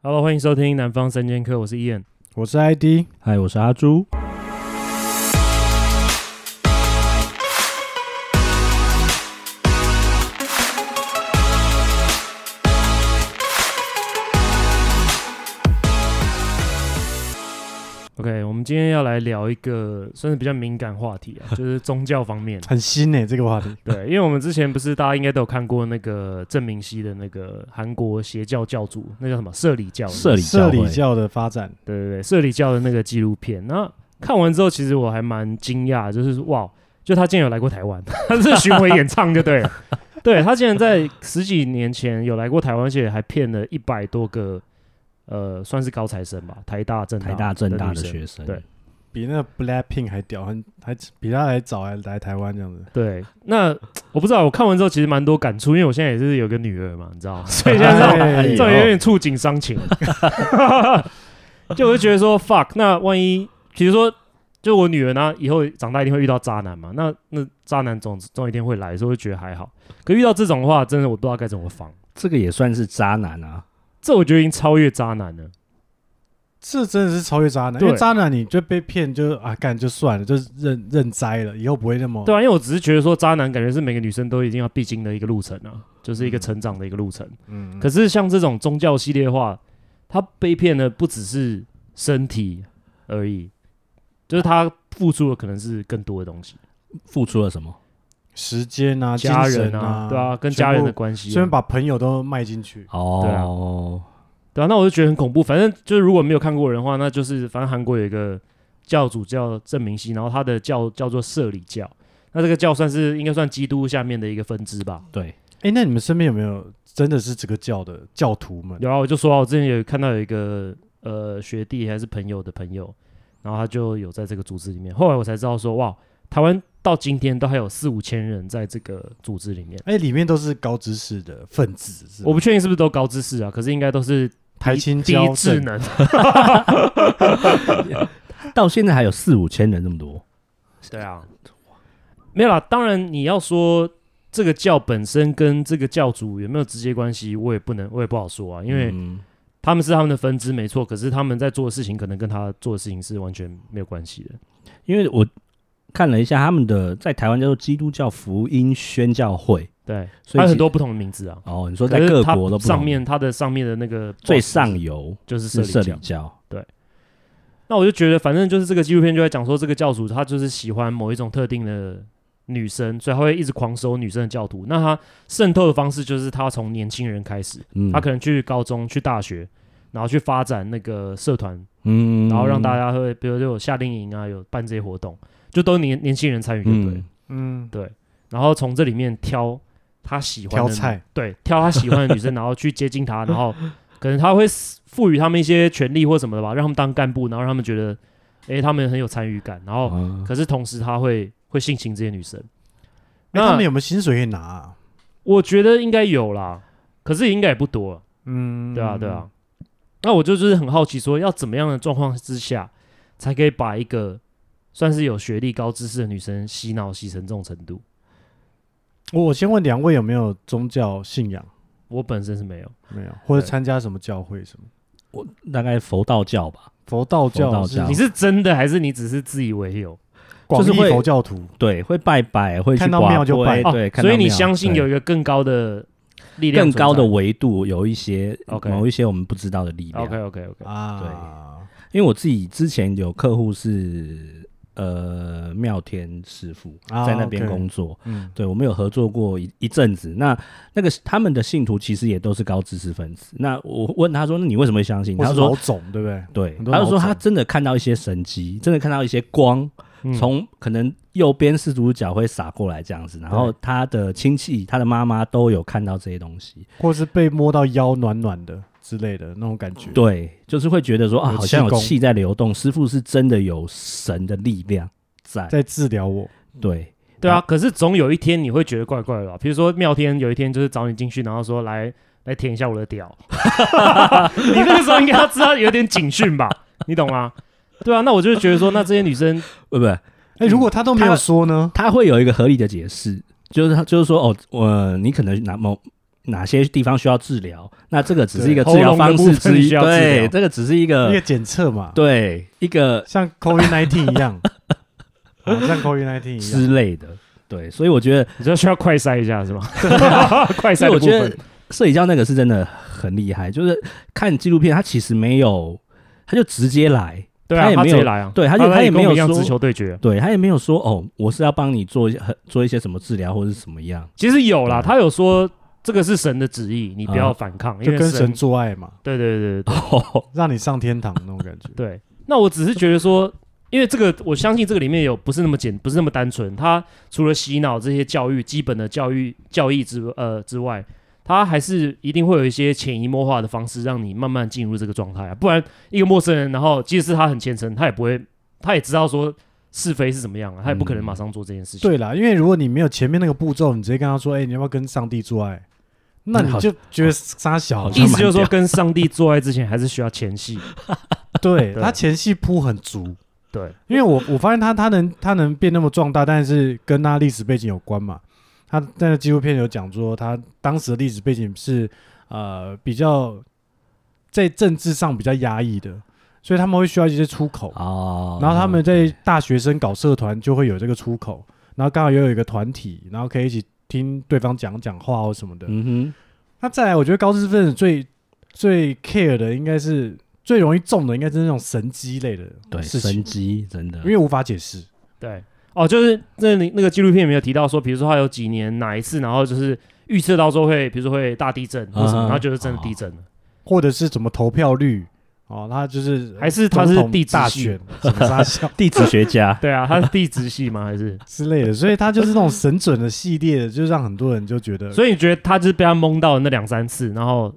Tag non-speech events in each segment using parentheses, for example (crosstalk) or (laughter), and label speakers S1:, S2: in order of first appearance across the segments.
S1: Hello，欢迎收听《南方三剑客》，我是 Ian。
S2: 我是 ID，
S3: 嗨，我是阿朱。
S1: OK，我们今天要来聊一个算是比较敏感话题
S3: (laughs)
S1: 啊，就是宗教方面。
S2: 很新欸诶、这个话题
S1: 对，因为我们之前不是大家应该都有看过那个郑明熙的那个韩国邪教教主，那叫什么社里教？
S3: 社里
S2: 社
S3: 教
S2: 里
S3: 会，
S2: 教的发展，
S1: 对对对，社里教的那个纪录片。那看完之后，其实我还蛮惊讶，就是哇，就他竟然有来过台湾， (laughs) 他是巡回演唱就
S3: (laughs)
S1: 对了。对他竟然在十几年前有来过台湾，而且还骗了一百多个，呃，算是高材生吧，台大、政
S3: 台大、政大
S1: 女
S3: 的
S1: 生
S3: 学生，
S1: 对
S2: 比那个 Blackpink 还屌，还还比他还早来来台湾这样子。
S1: 对，那我不知道，我看完之后其实蛮多感触，因为我现在也是有个女儿嘛，你知道， (laughs) 所以现在这种
S2: 哎
S1: 这种有点触景伤情， (laughs) 就我就觉得说 fuck，那万一比如说，就我女儿呢，以后长大一定会遇到渣男嘛，那那渣男总总有一天会来，所以我就觉得还好。可遇到这种的话，真的我不知道该怎么防，
S3: 这个也算是渣男啊。
S1: 这我觉得已经超越渣男了。
S2: 这真的是超越渣男，
S1: 对
S2: 因为渣男你就被骗就啊干就算了，就是认认栽了，以后不会那么
S1: 对啊，因为我只是觉得说，渣男感觉是每个女生都一定要必经的一个路程啊，就是一个成长的一个路程。
S2: 嗯，
S1: 可是像这种宗教系列的话，他被骗的不只是身体而已，就是他付出的可能是更多的东西，
S3: 付出了什么？
S2: 时间啊、
S1: 家
S2: 精
S1: 人
S2: 神
S1: 对啊，跟家人的关系
S2: 全
S1: 啊、
S2: 部虽然把朋友都卖进去，
S3: 哦，
S1: 对啊，那我就觉得很恐怖。反正就是如果没有看过的人的话，那就是反正韩国有一个教主叫郑明熙，然后他的教叫做社里教，那这个教算是应该算基督下面的一个分支吧。
S3: 对，
S2: 哎，那你们身边有没有真的是这个教的教徒们？
S1: 有啊，我就说啊，我之前有看到有一个呃学弟还是朋友的朋友，然后他就有在这个组织里面。后来我才知道说，哇，台湾到今天都还有四五千人在这个组织里面。
S2: 哎，里面都是高知识的分子，是啊吧
S1: 我不确定是不是都高知识啊，可是应该都是
S2: 台青
S1: 低
S2: 教
S1: 智
S2: 正
S1: 能。
S3: 到现在还有四五千人这么多，
S1: 对啊， (laughs) 没有啦。当然你要说这个教本身跟这个教主有没有直接关系，我也不能，我也不好说啊，因为
S3: 嗯
S1: 他们是他们的分支没错，可是他们在做的事情可能跟他做的事情是完全没有关系的。
S3: 因为我看了一下他们的在台湾叫做基督教福音宣教会，
S1: 对，
S3: 所
S1: 它有
S3: 以其
S1: 很多不同的名字啊。
S3: 哦，你说
S1: 可
S3: 在
S1: 是
S3: 各
S1: 它
S3: 国都不同
S1: 上面它的上面的那个
S3: 最
S1: boss
S3: 上游
S1: 就是
S3: 是
S1: 社
S3: 社
S1: 里
S3: 里
S1: 教。
S3: 教，
S1: 那我就觉得，反正就是这个纪录片就在讲说，这个教主他就是喜欢某一种特定的女生，所以他会一直狂收女生的教徒。那他渗透的方式就是他从年轻人开始，
S3: 嗯
S1: 他可能去高中、去大学，然后去发展那个社团，
S3: 嗯
S1: 然后让大
S3: 家
S1: 家会，比如就有夏令营啊，有办这些活动，就都年年轻人参与，对不对？
S3: 嗯，
S2: 嗯，
S1: 对，然后从这里面挑他喜欢的
S2: 挑
S1: 女
S2: 菜，
S1: 对，挑他喜欢的女生，然后去接近她，然后可能他会赋予他们一些权利或什么的吧，让他们当干部，然后让他们觉得，诶，他们很有参与感，然后、
S3: 啊
S1: 可是同时他会会性侵这些女生。
S2: 那
S1: 那
S2: 他们有没有薪水可以拿啊？
S1: 我觉得应该有啦，可是应该也不多，
S2: 嗯，
S1: 对啊，对啊。那我就就是很好奇，说要怎么样的状况之下，才可以把一个算是有学历、高知识的女生洗脑洗成这种程度？
S2: 我我先问两位有没有宗教信仰？
S1: 我本身是没有，
S2: 没有，或者
S1: 对
S2: 参加什么教会什么？
S3: 我大概佛道教吧，
S2: 佛道
S3: 佛
S2: 教
S3: 道
S2: 是
S3: 教
S1: 你是真的还是你只是自以为有？
S2: 广
S3: 就是
S2: 义
S3: 会
S2: 佛教徒，
S3: 对，会拜拜，会去
S2: 看到
S3: 刮
S2: 庙就
S3: 龟
S2: 拜
S1: 哦
S3: 对，看
S1: 所以
S3: 到
S1: 你
S3: 庙
S1: 相信
S3: 对
S1: 有一个更高的力量
S3: 更高的
S1: 存
S3: 维度有一些
S1: OK
S3: 某一些我们不知道的力
S1: 在
S3: 量。
S1: OK OK OK，
S2: 啊，
S3: 因为我自己之前有客户是呃妙天师傅
S2: 啊
S3: 在那边
S2: OK
S3: 工作，
S2: 嗯，
S3: 对我们有合作过一一阵子。那那个他们的信徒其实也都是高知识分子。那我问他说：“那你为什么会相信？”
S2: 或
S3: 他
S2: 是
S3: 说
S2: 老总，对不对？：“
S3: 对，
S2: 很多
S3: 他就说
S2: 老
S3: 他
S2: 总
S3: 真的看到一些神迹，真的看到一些光。”
S1: 嗯
S3: 啊从可能右边四主角会洒过来这样子，然后他的亲戚、他的妈妈都有看到这些东西，
S2: 或是被摸到腰暖暖的之类的那种感觉。
S3: 对，就是会觉得说啊，
S2: 有
S3: 好
S2: 气
S3: 像有
S2: 功
S3: 气在流动，师傅是真的有神的力量在，
S2: 在治疗我，
S3: 嗯对，
S1: 对啊，可是总有一天你会觉得怪怪的吧？比如说妙天有一天就是找你进去，然后说来来舔一下我的屌， (laughs) 你那个时候应该要知道有点警讯吧？你懂吗？对啊，那我就觉得说，那这些女生
S3: 不不，
S2: 哎，如果他都没有说呢？
S3: 呃他会有一个合理的解释，就是他就是说哦，我、你可能拿某哪些地方需要治疗，那这个只是一个
S1: 对
S3: 治疗
S1: 喉咙的
S3: 方
S1: 部
S3: 式
S1: 分
S3: 之一，
S1: 需要治疗
S3: 对，这个只是一
S2: 一
S3: 个
S2: 个检测嘛，
S3: 对一个
S2: 像 COVID nineteen 一
S3: (laughs)
S2: 样，啊像 COVID nineteen 一样，
S3: 之类的，对，所以我觉得
S1: 你这需要快筛一下是吗？ (laughs) 快筛
S3: 所以
S1: 的
S3: 我
S1: 部
S3: 觉得
S1: 分，
S3: 摄影教那个是真的很厉害，就是看纪录片，他其实没有，他就直接来，
S1: 对啊
S3: 他，也
S1: 他
S3: 没
S1: 直
S3: 有
S1: 接来啊，
S3: 对，他就
S1: 来
S3: 他也
S1: 跟我们
S3: 没有
S1: 一样
S3: 说
S1: 直，球对决。
S3: 对他也没有说哦，我是要帮你做一些很做一些什么治疗或者是什么样，
S1: 其实有啦，
S3: 对
S1: 他有说这个是神的旨意，你不要
S3: 嗯啊
S1: 反抗，因
S2: 就
S1: 为
S2: 跟神做爱嘛，
S1: 对对对对对
S3: 哦，
S2: 让你上天堂那种感觉。
S1: 对。那我只是觉得说，因为这个我相信这个里面有不是那么简，不是那么单纯。他除了洗脑这些教育基本的教育教义之呃之外，他还是一定会有一些潜移默化的方式让你慢慢进入这个状态啊。不然一个陌生人，然后即使是他很虔诚，他也不会，他也知道说是非是怎么样啊，他也不可能马上做这件事情。
S2: 嗯对啦，因为如果你没有前面那个步骤，你直接跟他说：“哎、你要不要跟上帝做爱？”那你就觉得傻小
S3: 好，像
S1: 意思就是说，跟上帝做爱之前还是需要前戏。
S2: 对
S1: 对
S2: 他前戏铺很足，
S1: 对，
S2: 因为我我发现他他能他能变那么壮大，但是跟他历史背景有关嘛。他在那纪录片有讲说，他当时的历史背景是呃比较在政治上比较压抑的，所以他们会需要一些出口。
S3: (laughs) 哦，
S2: 然后他们在大学生搞社团就会有这个出口，然后刚好又有一个团体，然后可以一起听对方讲讲话或什么的。
S3: 嗯
S2: 那再来，我觉得高知识分子最最 care 的应该是最容易中的，应该是那种神机类的
S3: 哼，对，
S2: 事情
S3: 神，机真的
S2: 因，为无法解释。
S1: 对，哦，就是那里那个纪录片里面有提到说，比如说他有几年哪一次，然后就是预测到说会，比如说会大地震或什
S2: 嗯
S1: 么，
S3: 啊
S1: 然后就是真的地震了，
S2: 或者是怎么投票率哦，他就是
S1: 还是他是
S2: 总统
S1: 地质
S2: 大
S1: 系，
S2: 选什么大小 (laughs)
S3: 地质学家 (laughs)
S1: 对啊，他是地质系吗？还是？
S2: 之类的，所以他就是那种神准的系列的，就让很多人就觉得
S1: 所以你觉得他就是被他蒙到的那两三次，然后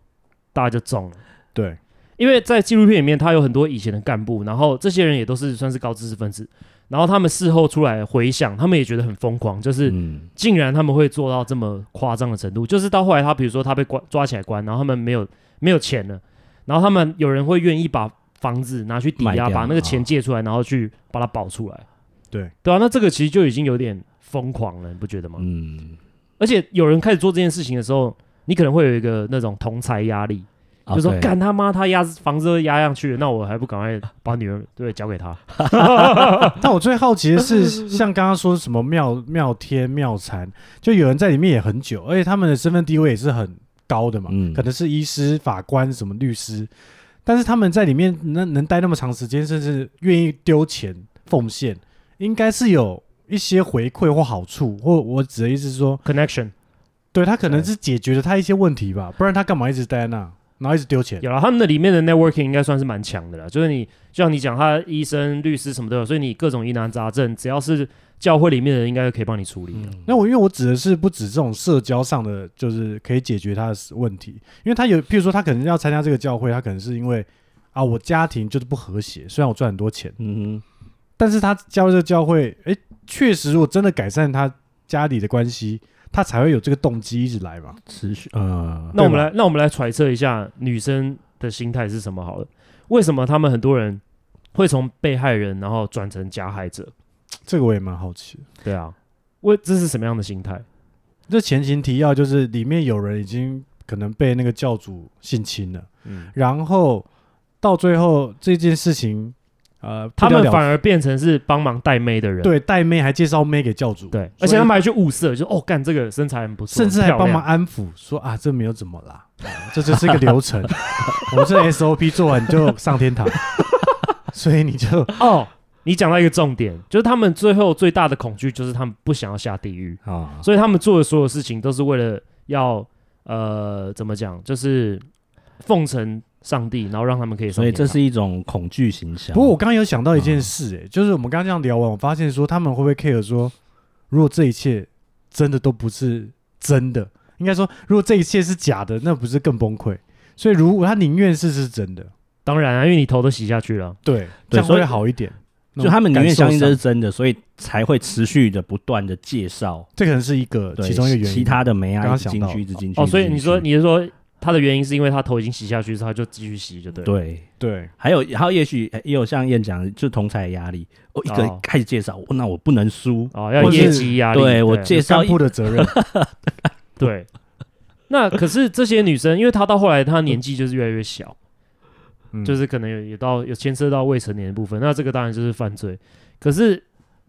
S1: 大家就中了。
S2: 对
S1: 因为在纪录片里面，他有很多以前的干部，然后这些人也都是算是高知识分子，然后他们事后出来回想，他们也觉得很疯狂，就是
S3: 嗯，
S1: 竟然他们会做到这么夸张的程度，就是到后来他比如说他被关抓起来关，然后他们没有没有钱了，然后他们有人会愿意把房子拿去抵
S3: 卖
S1: 押，
S3: 掉
S1: 把那个
S3: 啊
S1: 钱借出来，然后去把它保出来。
S2: 对，
S1: 对啊，那这个其实就已经有点疯狂了，你不觉得吗？
S3: 嗯，
S1: 而且有人开始做这件事情的时候，你可能会有一个那种同财压力，
S3: 啊
S1: 就说
S3: 对
S1: 干他妈他压房子都压上去了，那我还不赶快把女儿对交给
S3: (laughs)
S1: 他？
S2: (laughs) 但我最好奇的是，像刚刚说什么妙妙天妙禅，就有人在里面也很久，而且他们的身份地位也是很高的嘛，
S3: 嗯
S2: 可能是医师、法官、什么律师，但是他们在里面能能待那么长时间，甚至愿意丢钱奉献，应该是有一些回馈或好处，或我指的意思是说，
S1: connection
S2: 对他可能是解决了他一些问题吧，不然他干嘛一直待在那，然后一直丢钱？
S1: (laughs) 有了，他们的里面的 networking 应该算是蛮强的了。就是你，就像你讲，他医生、律师什么都有，所以你各种疑难杂症，只要是教会里面的人，应该都可以帮你处理。
S2: 那我因为我指的是不止这种社交上的，就是可以解决他的问题，因为他有，譬如说他可能要参加这个教会，他可能是因为啊，我家庭就是不和谐，虽然我赚很多钱，
S3: 嗯
S2: 但是他加入这个教会，诶，确实如果真的改善他家里的关系，他才会有这个动机一直来嘛
S3: 哼，。持续，呃，
S1: 那我们
S2: 对吧
S1: 来，那我们来揣测一下女生的心态是什么好了？为什么他们很多人会从被害人，然后转成加害者？
S2: 这个我也蛮好奇的。
S1: 对啊，为这是什么样的心态？
S2: 这前情提要就是里面有人已经可能被那个教主性侵了，
S1: 嗯，
S2: 然后到最后这件事情，呃，
S1: 他
S2: 不
S1: 们
S2: 了了
S1: 反而变成是帮忙带妹的人。
S2: 对带妹还介绍妹给教主，
S1: 对，
S2: 所以
S1: 而且他们还去物色，就哦，干这个身材很不错，
S2: 甚至还
S1: 很漂
S2: 帮
S1: 亮
S2: 忙安抚，说啊，这没有怎么啦， (laughs) 啊这就是一个流程，我们这
S3: (laughs)
S2: SOP 做完你就上天堂，所以你就
S1: 哦，你讲到一个重点，就是他们最后最大的恐惧就是他们不想要下地狱，
S3: 啊，
S1: 所以他们做的所有事情都是为了要呃怎么讲，就是奉承上帝，然后让他们可以上
S3: 所以
S1: 天堂。
S3: 这是一种恐惧形象。
S2: 不过我刚刚有想到一件事、哎，就是我们刚刚这样聊完，我发现说他们会不会 care 说，如果这一切真的都不是真的，应该说如果这一切是假的，那不是更崩溃？所以如果他宁愿是是真的，
S1: 当然啊，因为你头都洗下去了。
S2: 对，这样
S3: 所以
S2: 会好一点。
S3: 就他们宁愿相信这
S2: 那种感受
S3: 是
S2: 上，
S3: 真的，所以才会持续的不断的介绍，
S2: 这可能是一个
S3: 对
S2: 呃其中一个原因。
S3: 其他的梅
S2: 刚
S3: 啊，
S2: 刚
S3: 一直
S2: 想
S3: 进
S2: 到
S3: 去，一直进去。
S1: 哦，
S3: 一直
S1: 所以
S3: 进
S1: 你说
S3: 去
S1: 你是说他的原因是因为他头已经洗下去，所以他就继续洗就对了。
S3: 对，
S2: 对，
S3: 还有还有，也许也有像燕讲的，就同才压力，我一
S1: 哦
S3: 个开始介绍，我那我不能输，
S1: 哦，要
S2: 或是
S1: 业绩压力。
S3: 对
S1: (laughs)
S3: 我
S1: 啊
S3: 介绍
S2: 干
S3: 一
S2: 部的责任，
S1: 对，那可是这些女生，因为她到后来她年纪就是越来越小，
S2: 嗯
S1: 就是可能有也到有牵涉到未成年的部分，那这个当然就是犯罪。可是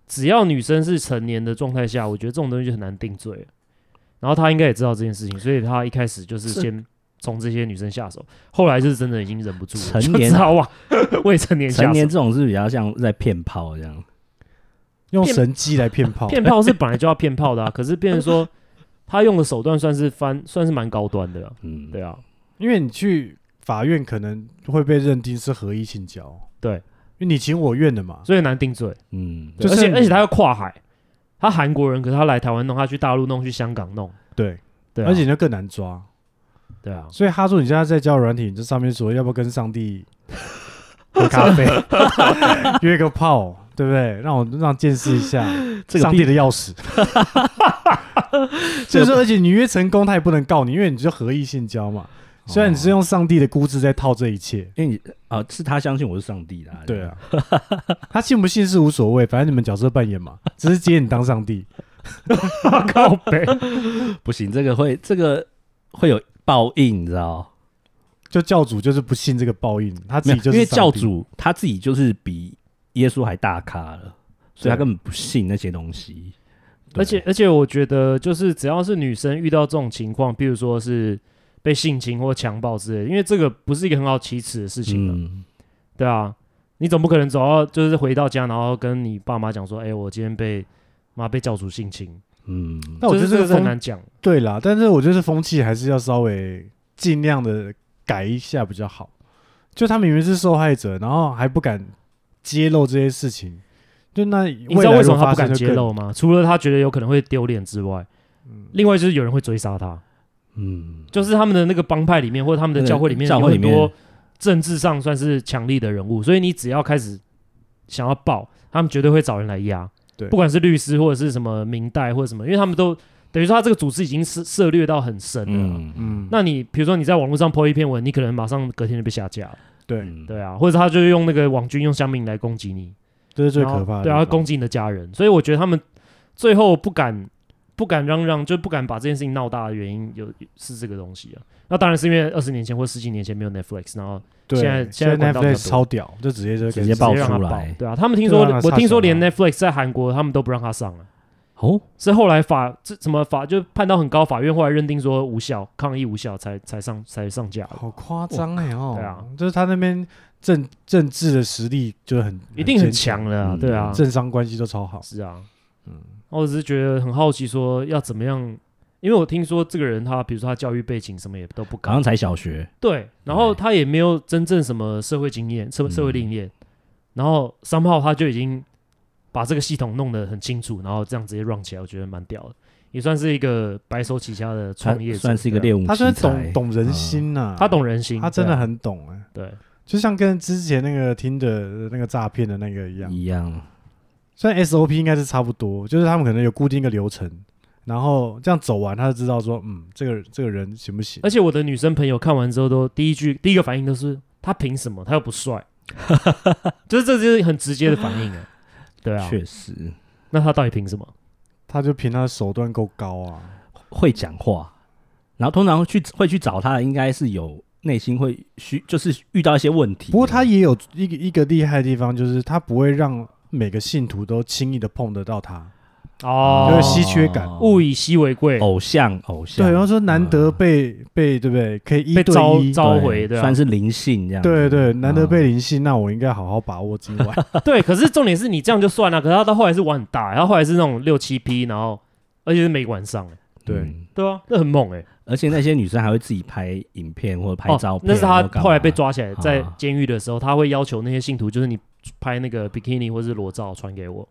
S1: 只要女生是成年的状态下，我觉得这种东西就很难定罪了。然后他应该也知道这件事情，所以他一开始就是
S3: 是
S1: 先从这些女生下手，后来是真的已经忍不住了，
S3: 成
S1: 就
S3: 年
S1: 知道哇， (laughs) 未成年下手
S3: 成年这种是比较像在骗炮这样，
S2: 用
S1: 骗
S2: 神机来骗炮，
S1: 骗炮是本来就要骗炮的啊，可是变成说他用的手段算是翻，算是蛮高端的了。
S3: 嗯，
S1: 对啊，
S2: 因为你去法院可能会被认定是合一性交，
S1: 对
S2: 因为你情我愿的嘛。
S1: 所以很难定罪。
S3: 嗯，
S1: 对
S2: 就
S1: 而且
S2: 是
S1: 而且他要跨海，他韩国人，可是他来台湾弄，他去大陆弄，去香港弄，
S2: 对，
S1: 对啊、
S2: 而且你就更难抓。
S1: 对啊，
S2: 所以哈叔，你现在在教软体，你这上面说要不要跟上帝喝咖
S1: (laughs)
S2: 啡，约个炮，对不对？让我让见识
S1: (laughs)
S2: 一下
S3: 这个
S2: 上帝
S3: 必
S2: 的钥匙。 (laughs) 就是说，而且你约成功，他也不能告你，因为你就合意性交嘛。
S1: 哦
S2: 虽然你是用上帝的估值在套这一切，
S3: 因为你啊，是他相信我是上帝啦，
S2: 对啊， (laughs) 他信不信是无所谓，反正你们角色扮演嘛，只是接你当上帝。 (laughs)
S1: 靠北，
S3: 不行，这个会这个会有报应，你知道。
S2: 就教主就是不信这个报应，他自
S3: 没
S2: 己就
S3: 有，
S2: 是
S3: 因为教
S2: 上帝
S3: 主他自己就是比耶稣还大咖了，所以他根本不信那些东西。对嗯
S1: 而且而且我觉得就是只要是女生遇到这种情况，比如说是被性侵或强暴之类的，因为这个不是一个很好启齿的事情嘛，
S3: 嗯，
S1: 对啊，你总不可能走到就是回到家，然后跟你爸妈讲说，哎、我今天被妈被教主性侵，
S3: 嗯，
S2: 那我觉
S1: 就
S2: 得
S1: 是这
S2: 这个
S1: 个是很
S2: 风
S1: 难讲。
S2: 对啦，但是我觉得这风气还是要稍微尽量的改一下比较好。就他明明是受害者，然后还不敢揭露这些事情，就那
S1: 你知道
S2: 未来
S1: 为什么
S2: 如果
S1: 他不
S2: 发生
S1: 敢
S2: 就
S1: 揭
S2: 更？嗯
S1: 露吗？除了他觉得有可能会丢脸之外，另外就是有人会追杀他，
S3: 嗯，
S1: 就是他们的那个帮派里面或者他们的
S3: 那个
S1: 教会里面
S3: 教
S1: 有
S3: 会
S1: 很
S3: 里面
S1: 多政治上算是强力的人物，所以你只要开始想要爆，他们绝对会找人来压。
S2: 对
S1: 不管是律师或者是什么明代或者什么，因为他们都等于说他这个组织已经涉涉略到很深了。
S3: 嗯，
S2: 嗯，
S1: 那你比如说你在网络上 po 一篇文，你可能马上隔天就被下架了，
S2: 对，
S3: 嗯
S1: 对啊，或者他就用那个网军用乡民来攻击你，
S2: 这是最
S1: 然后
S2: 可怕的地方。
S1: 对啊，攻击你的家人，所以我觉得他们最后不敢不敢嚷嚷，就不敢把这件事情闹大的原因有是这个东西啊。那当然是因为二十年前或十几年前没有 Netflix，然后
S2: 对
S1: 现在
S2: 现
S1: 现在管道比较
S2: Netflix 超屌，就直接就
S3: 直接
S1: 直
S3: 爆
S1: 接让他
S3: 出
S1: 爆
S3: 来
S1: 对啊，他们听
S2: 就
S1: 说
S2: 让他插手
S1: 我听说连
S2: 了
S1: Netflix 在韩国他们都不让他上了，
S3: 哦，
S1: 是后来法这什么法就判到很高，法院后来认定说无效，抗议无效才才上才上架的。
S2: 好夸张哎哦，
S1: 对啊，
S2: 就是他那边政政治的实力就很
S1: 一定很
S2: 嗯坚
S1: 强了啊，
S3: 嗯
S1: 对啊，
S2: 政商关系都超好。
S1: 是啊，
S2: 嗯
S1: 嗯，我只是觉得很好奇，说要怎么样，因为我听说这个人他，比如说他教育背景什么也都不
S3: 好
S1: 高，
S3: 像才小学，
S1: 对，然后他也没有真正什么社会经验、社社会历练，
S2: 嗯
S1: 然后三号他就已经把这个系统弄得很清楚，然后这样直接 run 起来，我觉得蛮屌的，也算是一个白手起家的
S3: 他
S1: 创业者，
S3: 算是一个
S1: 对啊
S3: 猎物奇
S2: 他
S3: 才，
S2: 真的懂懂人心
S1: 嗯
S2: 呐、
S1: 他，懂人心，
S2: 他真的
S1: 对啊
S2: 很懂哎、
S1: 对，
S2: 就像跟之前那个听的那个诈骗的那个一
S1: 嗯
S2: 样，
S3: 一样，
S2: 虽然 SOP 应该是差不多，就是他们可能有固定一个流程，然后这样走完，他就知道说，嗯，这个这个人行不行
S1: 而？且我的女生朋友看完之后都第一句第一个反应都是他凭什么？他又不
S2: (laughs)
S1: 帅，就是这就是很直接的反应啊。对啊，
S3: 确实
S1: 那他到底凭什么？
S2: 他就凭他的手段够高啊，
S3: 会讲话，然后通常去会去找他，的应该是有内心会需，就是遇到一些问题。
S2: 不过他也有一个一个厉害的地方，就是他不会让每个信徒都轻易的碰得到他，
S1: 哦，
S2: 就是哦稀缺感
S1: 物以稀为贵，
S3: 偶像偶像，
S2: 对，然后说难得
S3: 嗯
S2: 被、被对不对，可以一
S1: 被
S2: 对
S1: 招
S2: 一。
S1: 召回，对吧啊
S3: 算？是灵性这样子。
S2: 对对，难得
S3: 嗯
S2: 被灵性，那我应该好好把握今晚。
S1: (laughs) 对，可是重点是你这样就算了，可是他到后来是玩很大，欸他后来是那种六七批，然后而且是每晚上，欸
S2: 对
S3: 嗯
S1: 对啊，那很猛哎，
S3: 而且那些女生还会自己拍影片或者拍
S1: 哦
S3: 照片、
S1: 那是他
S3: 或干嘛
S1: 后来被，抓起来，
S3: 啊
S1: 在监狱的时候，他会要求那些信徒，就是你拍那个比基尼或是裸照传给我，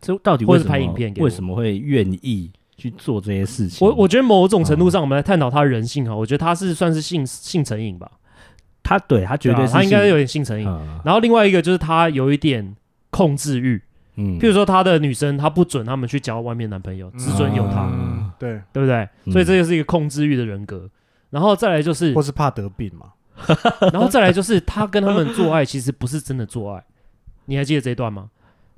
S3: 这到底
S1: 或
S3: 为
S1: 是
S3: 什么
S1: 拍影片给我
S3: 为什么会愿意去做这些事情？
S1: 我我觉得某种程度上，我们来探讨他人性哈。我觉得他是算是性性成瘾吧，
S3: 他对他绝
S1: 对
S3: 对
S1: 啊
S3: 是
S1: 他应该
S3: 性
S1: 有点性成瘾。
S3: 嗯
S1: 然后另外一个就是他有一点控制欲，
S3: 嗯
S1: 譬如说他的女生，他不准他们去交外面男朋友，只准有他，
S2: 嗯对，
S1: 对不对？
S3: 嗯
S1: 所以这就是一个控制欲的人格。然后再来就是
S2: 或，是怕得病嘛。
S1: (laughs) 然后再来就是他跟他们做爱其实不是真的做爱，你还记得这一段吗？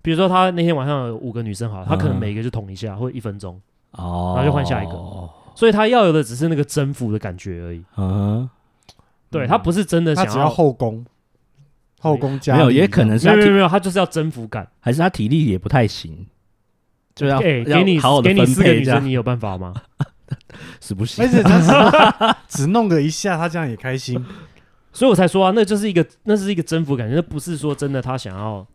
S1: 比如说他那天晚上有五个女生好了，他可能
S3: 嗯
S1: 每个就捅一下或一分钟，
S3: 哦，
S1: 然后就换下一个
S3: 哦
S1: 所以他要有的只是那个征服的感觉而已。
S3: 啊，
S1: 对
S3: 嗯
S1: 他不是真的
S2: 嗯他
S1: 想
S2: 只要
S1: 要，
S2: 后宫，后宫加
S3: 没有，也
S2: 力这
S3: 可
S2: 样
S3: 能是
S1: 没
S3: 他
S1: 有没有
S3: 体
S1: 没有，他就是要征服感。
S3: 还是他体力也不太行，就要
S1: 哎，
S3: 要
S1: 给你
S3: 好好的
S1: 给你
S3: 分
S1: 四个
S3: 配
S1: 女
S3: 这
S1: 生，
S3: 样，
S1: 你有办法吗？ (laughs)
S3: 是不行
S2: 而？且哎他只只弄 (laughs) 个一下，他这样也开心。
S1: 所以我才说啊，那就是一个那是一个征服感觉，那不是说真的他想要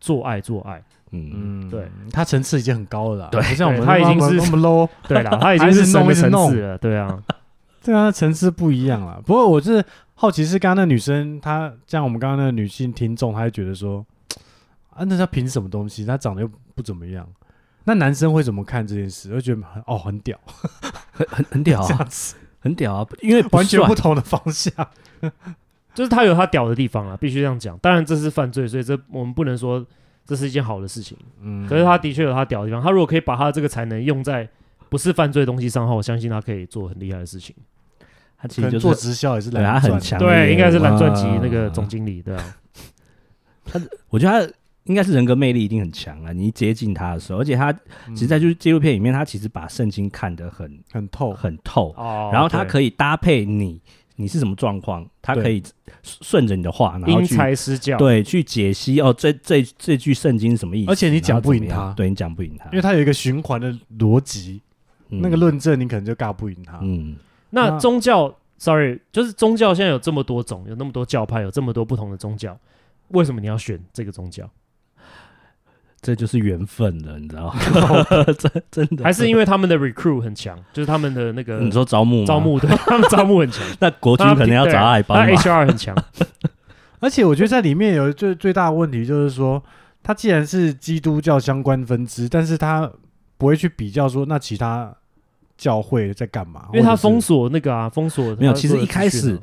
S1: 做爱做爱。
S3: 嗯，
S2: 嗯，
S1: 对，
S2: 他层次已经很高了啦，
S3: 对
S2: 不像我们
S1: 对他已经
S2: 那么
S1: 是
S2: 那么 low。
S1: 对啦，他已
S2: 还
S1: 经
S2: 是
S1: 神
S2: 弄
S1: 的
S2: 一直
S1: 层
S2: 弄
S1: 次了，对啊，
S2: 对啊，层次不一样啦。不过我是好奇，是刚刚那女生，她像我们刚刚那个女性听众，她会觉得说，啊，那她凭什么东西？她长得又不怎么样。那男生会怎么看这件事？会觉得很哦，很
S3: (laughs)
S2: 屌，
S3: 很很很屌
S2: 这样
S3: 啊，
S2: 子，
S3: 很屌啊，因为不
S2: 完全
S3: 帅
S2: 不同的方
S3: (laughs)
S2: 向。
S1: 就是他有他屌的地方啊，必须这样讲。当然这是犯罪，所以这我们不能说这是一件好的事情。
S2: 嗯，
S1: 可是他的确有他屌的地方，他如果可以把他这个才能用在不是犯罪的东西上的话，我相信他可以做很厉害的事情。
S3: 他其
S2: 可能
S3: 实就
S2: 做
S3: 是
S2: 直销也是
S3: 对他
S2: 来
S3: 很强，
S1: 对，应该是蓝钻级
S3: 哇
S1: 那个总经理，对啊，
S3: 我觉得他应该是人格魅力一定很强啊！你一接近他的时候，而且他
S2: 嗯
S3: 其实在就是纪录片里面，他其实把圣经看得很
S2: 很透。
S3: 很透，
S1: 哦
S3: 然后他
S1: 对
S3: 可以搭配你你是什么状况，他可以顺着你的话，然后
S1: 因
S3: 去
S1: 材施教，
S3: 对去解析哦，这这这句圣经什么意思？
S2: 而且你讲不赢
S3: 然后怎么样
S2: 他
S3: 对你讲不赢他，
S2: 因为它有一个循环的逻辑，
S3: 嗯
S2: 那个论证你可能就尬不赢他。
S3: 嗯
S1: 那
S2: 那
S1: 宗教，sorry，就是宗教现在有这么多种，有那么多教派，有这么多不同的宗教，为什么你要选这个宗教？
S3: 这就是缘分了，你知道吗？真真的
S1: 还是因为他们的 recruit 很强，就是他们的那个
S3: (laughs) 你说招募吗
S1: 招，
S3: (laughs)
S1: 募，对，他们招募很强，
S3: 那国军
S1: 他们
S3: 可能要找他来帮
S1: 对啊
S3: 忙
S1: 他。HR 很
S3: (laughs)
S1: 强，
S2: 而且我觉得在里面有最最大的问题就是说，它既然是基督教相关分支，但是它不会去比较说那其他教会在干嘛，
S1: 因为他
S2: 或者是
S1: 封锁那个啊，封锁
S3: 没有
S1: 他
S3: 其
S1: 所
S3: 实
S1: 有
S3: 一
S1: 的
S3: 开
S1: 资讯
S3: 始
S1: 啊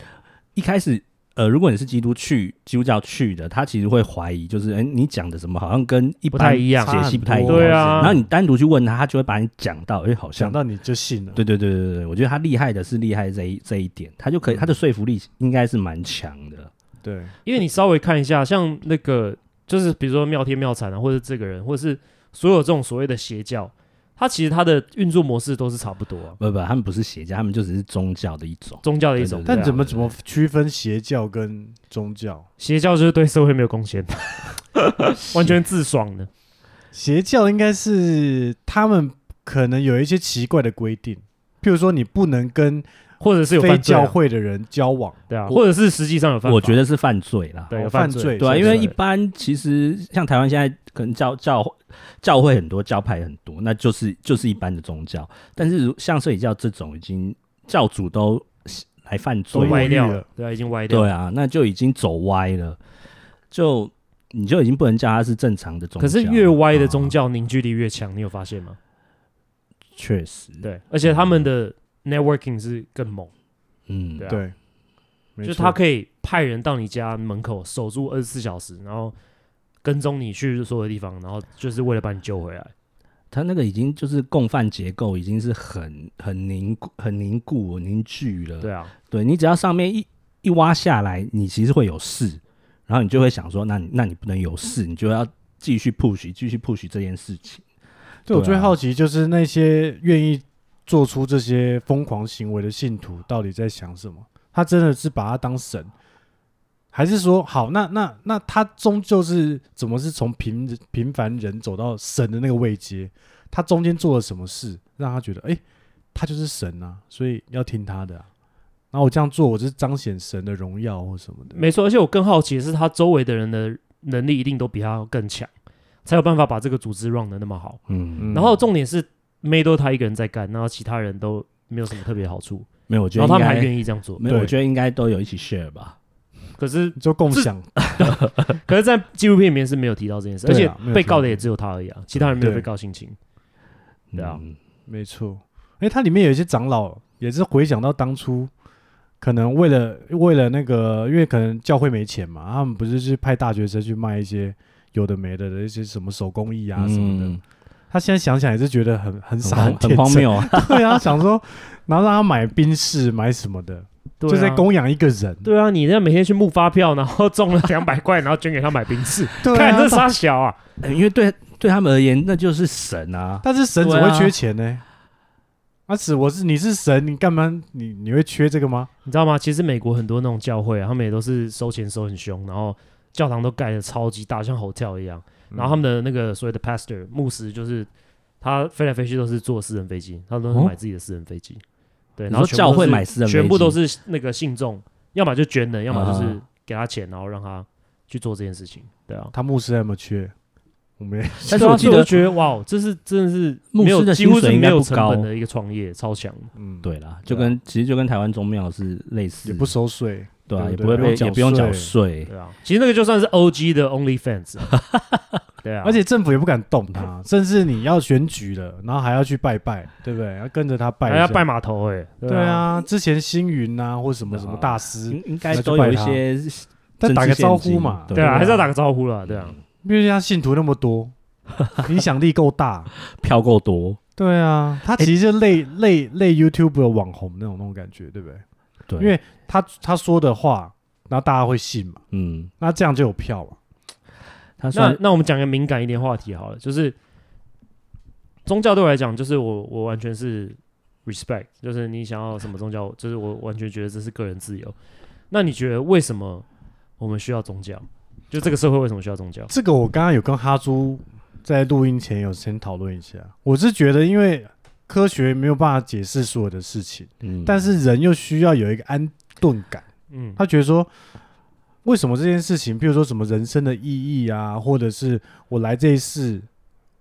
S3: 一开始，呃，如果你是基督去基督教去的，他其实会怀疑，就是哎、诶你讲的什么好像跟一
S1: 不
S3: 般
S1: 太一样
S3: 解析不太一样。
S1: 对啊
S3: 然后你单独去问他，他就会把你讲到，哎、好像
S2: 想。到你就信了。
S3: 对对对对对对，我觉得他厉害的是厉害这一这一点，他就可以他的说服力应该是蛮强的。啊
S2: 对，
S1: 因为你稍微看一下，像那个就是比如说妙天妙禅啊，或者这个人，或者是所有这种所谓的邪教，它其实它的运作模式都是差不多啊，
S3: 不不，他们不是邪教，他们就只是宗教的一种。
S1: 宗教的一种。
S3: 对对对
S1: 对
S2: 但
S1: 啊
S2: 怎么怎么区分邪教跟宗教？
S1: 邪教就是对社会没有贡
S3: (laughs)
S1: 献，完全自爽的。
S2: 邪教应该是他们可能有一些奇怪的规定，譬如说你不能跟
S1: 或者是有
S2: 非
S1: 犯罪啊
S2: 教会的人交往，
S1: 对啊，
S3: 我
S1: 或者是实际上有犯法，
S3: 我觉得是犯罪啦。
S1: 对有
S2: 哦
S1: 犯
S2: 犯
S1: 罪
S2: 罪。
S3: 对啊，
S1: 是
S3: 因为
S1: 是
S3: 一般其实像台湾现在可能教教教会很多，教派很多，那就是就是一般的宗教。但是如像水教这种，已经教主都来犯
S1: 都
S3: 罪，
S1: 歪掉
S2: 都入狱
S1: 了
S2: 了，
S1: 对啊，已经歪掉了。
S3: 对啊，那就已经走歪了，就你就已经不能叫他是正常的啊宗教。
S1: 可是越歪的宗
S3: 啊，
S1: 教凝聚力越强，你有发现吗？
S3: 确实，
S1: 对，而且他们的 networking 是更猛，
S3: 嗯，
S1: 对啊
S2: 对，没
S1: 就是
S2: 错
S1: 他可以派人到你家门口守住二十四小时，然后跟踪你去所有地方，然后就是为了把你救回来。
S3: 他那个已经就是共犯结构，已经是很很凝固、很凝固、凝聚了。
S1: 对啊，
S3: 对你只要上面一一挖下来，你其实会有事，然后你就会想说，那你那你不能有事，你就要继续 push，继续 push 这件事情。
S2: 对我
S3: 对啊
S2: 最好奇就是那些愿意做出这些疯狂行为的信徒到底在想什么？他真的是把他当神，还是说好？那那那他终究是怎么是从平人平凡人走到神的那个位阶？他中间做了什么事让他觉得哎、诶他就是神啊，所以要听他的、啊。然后我这样做，我就是彰显神的荣耀或什么的。
S1: 没错。而且我更好奇的是，他周围的人的能力一定都比他更强，才有办法把这个组织 run 的那么好。
S3: 嗯，
S2: 嗯
S1: 然后重点是，妹都他一个人在干，然后其他人都没有什么特别好处，
S3: 没有，我觉
S1: 然
S3: 得
S1: 后他
S3: 应
S1: 们还
S3: 该
S1: 愿意这样做。
S3: 没有，我
S2: 对
S3: 觉得应该都有一起 share 吧。
S1: 可是，
S2: 就共享，
S1: 可是，在纪录片里面是没有提到这件事，而
S2: 对
S1: 且
S2: 啊没有
S1: 被
S2: 提
S1: 告
S2: 到
S1: 的也只有他而已啊，其他人没有
S2: 对
S1: 被告性侵。对啊
S3: 嗯
S2: 没错，因为它里面有一些长老也是回想到当初，可能为了为了那个，因为可能教会没钱嘛，他们不是去派大学生去卖一些有的没的的一些什么手工艺啊什么的。
S3: 嗯
S2: 他现在想想也是觉得很很
S3: 很
S2: 傻
S3: 荒很
S2: 天
S3: 荒
S2: 真。
S3: 谬啊！
S2: (laughs)
S3: (laughs)
S2: 对啊，想说，然后让他买冰室买什么的，
S1: 对
S2: 就在
S1: 啊
S2: 供养一个人。
S1: 对啊，你那每天去募发票，然后中了 (laughs) 两百块，然后捐给他买冰
S3: (laughs)
S1: 室，
S2: 对
S1: 看
S2: 啊
S1: 这，傻小啊！
S3: 因为对对他们而言，那就是神啊。
S2: 但是神怎
S3: 对
S2: 么
S3: 啊
S2: 会缺钱呢？啊，啊，死我是你是神，你干嘛你你会缺这个吗？
S1: 你知道吗？其实美国很多那种教会啊，他们也都是收钱收很凶，然后教堂都盖的超级大，像 hotel 一样。
S3: 嗯
S1: 然后
S2: 嗯
S1: 他们的那个所谓的 pastor 牧师，就是他飞来飞去都是坐私人飞机，他都是
S3: 哦
S1: 买自己的私人飞机。对，
S3: 你
S1: 然后
S3: 说
S1: 全部都
S3: 教会
S1: 是
S3: 买私人飞机
S1: 全部都是那个信众，要么就捐人，要么就是
S3: 啊
S1: 给他钱，然后让他去做这件事情。对啊，
S2: 他牧师还有没有缺？我们
S3: 但是
S1: 对啊所
S3: 我记
S1: 以我
S3: 得
S1: 就觉得哇，这是真的是
S3: 牧
S1: 没有
S3: 师的
S1: 几乎
S3: 薪
S1: 是
S3: 水应
S1: 没
S3: 该
S1: 有
S3: 不
S1: 成
S3: 高
S1: 本的一个创业，超强。
S2: 嗯，，
S3: 对啦，就跟其实就跟台湾宗庙是类似，
S2: 也不收税，
S3: 对啊，
S2: 对
S3: 也
S2: 对
S3: 不会
S2: 不用
S3: 被
S2: 缴
S3: 也不用缴
S2: 税
S3: 税，
S1: 对啊，其实那个就算是 OG 的 OnlyFans，啊
S3: (laughs)
S1: 对啊，
S2: 而且政府也不敢动他，
S1: 嗯
S2: 甚至你要选举了，然后还要去拜拜，对不对？要跟着他拜，
S1: 还要拜。码头哎、
S2: 对，啊，之前星云啊，或什么什么
S3: 对啊
S2: 大师，
S3: 应
S1: 嗯
S3: 应该
S2: 那就
S3: 都
S2: 拜
S3: 有一
S2: 他
S3: 些
S2: 但
S3: 政
S2: 打
S3: 治
S2: 个
S3: 现
S2: 招呼
S3: 金
S2: 嘛，
S3: 对嗯
S1: 对啊，还是要打个
S2: 个，
S1: 招呼啦，对啊，
S2: 因为他信徒那
S1: (laughs)
S2: 么多，影响力够大。
S3: 票够多，
S2: 对啊，他其实就类类类 YouTube 的网红那种那种感觉，对不对？
S3: 对，
S2: 因为他他说的话，然后大家会信嘛，
S3: 嗯，
S2: 那这样就有票嘛。
S3: 他
S1: 那
S3: 算
S1: 那我们讲个敏感一点话题好了，就是宗教对我来讲，就是我我完全是 respect，就是你想要什么宗教，就是我完全觉得这是个人自由。那你觉得为什么我们需要宗教？就这个社会为什么需要宗教？
S2: 这个我刚刚有跟哈猪在录音前有先讨论一下，我是觉得因为科学没有办法解释所有的事情，
S3: 嗯，
S2: 但是人又需要有一个安顿感，
S1: 嗯，
S2: 他觉得说。为什么这件事情，譬如说什么人生的意义啊，或者是我来这一世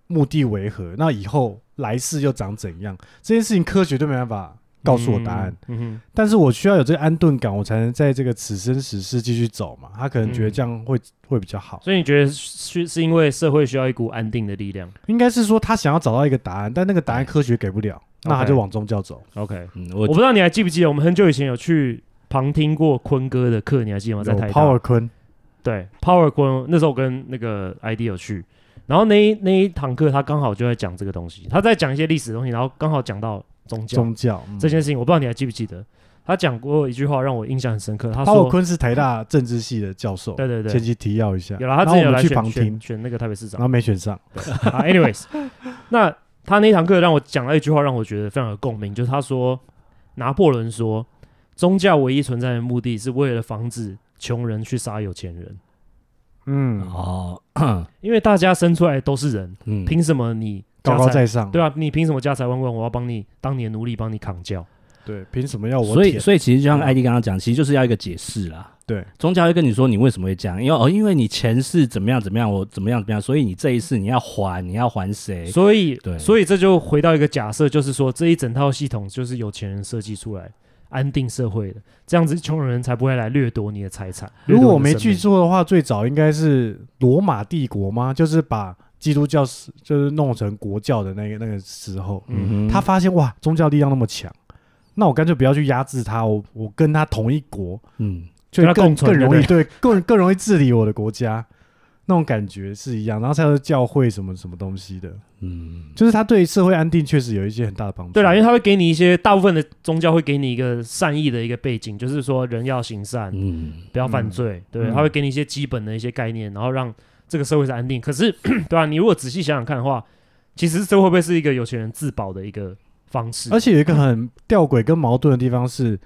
S2: 目的为何，那以后来世又长怎样，这件事情科学都没办法告诉我答案。
S1: 嗯。嗯哼
S2: 但是我需要有这个安顿感，我才能在这个此生此世继续走嘛。他可能觉得
S1: 嗯
S2: 这样会、会比较好，
S1: 所以你觉得是是因为社会需要一股安定的力量
S2: 应该是说他想要找到一个答案，但那个答
S1: 哎
S2: 案科学给不了，那他就往宗教走。
S1: ？OK，
S3: 嗯，
S1: 我
S3: 我
S1: 不知道你还记不记得，我们很久以前有去旁听过坤哥的课，你还记得吗？在
S2: 有
S1: 台大
S2: Power 坤，
S1: 对，Power 坤那时候我跟那个 ID 有去，然后那一那一堂课他刚好就在讲这个东西，他在讲一些历史的东西，然后刚好讲到宗教
S2: 宗教、嗯
S1: 这件事情，我不知道你还记不记得，他讲过一句话让我印象很深刻，他
S2: Power
S1: 说，
S2: 坤是台大政治系的教授，
S1: 对对对
S2: 前期提要一下。
S1: 有了，他
S2: 然
S1: 之
S2: 后
S1: 前
S2: 我
S1: 有
S2: 们
S1: 来
S2: 去
S1: 选
S2: 旁
S1: 选
S2: 听，
S1: 选那个台北市长
S2: 然后没选上。
S1: 啊，anyways，那 (laughs) 他那一堂课让我讲到一句话，让我觉得非常有共鸣，就是他说，拿破仑说，宗教唯一存在的目的是为了防止穷人去杀有钱人，
S2: 嗯，
S3: 哦，
S1: 因为大家生出来都是人，
S3: 嗯，
S1: 凭什么你
S2: 高
S1: 家
S2: 高
S1: 财
S2: 在上，
S1: 对啊，你凭什么家财万贯？我要帮你当你的奴隶，帮你扛教。
S2: 对，凭什么要我
S3: 嗯所以
S2: 舔？
S3: 所以其实就像艾迪刚刚讲，其实就是要一个解释啦。
S2: 对，
S3: 宗教会跟你说你为什么会这样，因为哦，因为你前世怎么样怎么样，我怎么样怎么样，所以你这一世你要还，你要还谁？
S1: 所以，
S3: 对
S1: 所以这就回到一个假设，就是说这一整套系统就是有钱人设计出来安定社会的，这样子穷人才不会来掠夺你的财产。
S2: 如果我
S1: 掠夺
S2: 没
S1: 你的
S2: 记
S1: 生命，
S2: 错的话，最早应该是罗马帝国吗？就是把基督教是就是弄成国教的那个那个时候，
S1: 嗯
S3: 哼
S2: 他发现哇，宗教力量那么强，那我干脆不要去压制他，我我跟他同一国，
S3: 嗯，
S2: 就
S1: 跟他
S2: 更
S1: 共存
S2: 更容易
S1: 对
S2: 对更更容易治理我的国家，那种感觉是一样。然后才有教会什么什么东西的，
S3: 嗯，
S2: 就是他对社会安定确实有一些很大的帮助。
S1: 对啦，因为他会给你一些大部分的宗教会给你一个善意的一个背景，就是说人要行善，
S3: 嗯，
S1: 不要犯
S2: 嗯
S1: 罪，对，
S2: 嗯
S1: 他会给你一些基本的一些概念，然后让这个社会是安定。可是，对吧、你如果仔细想想看的话，其实这会不会是一个有钱人自保的一个方式？
S2: 而且有一个很吊诡跟矛盾的地方是，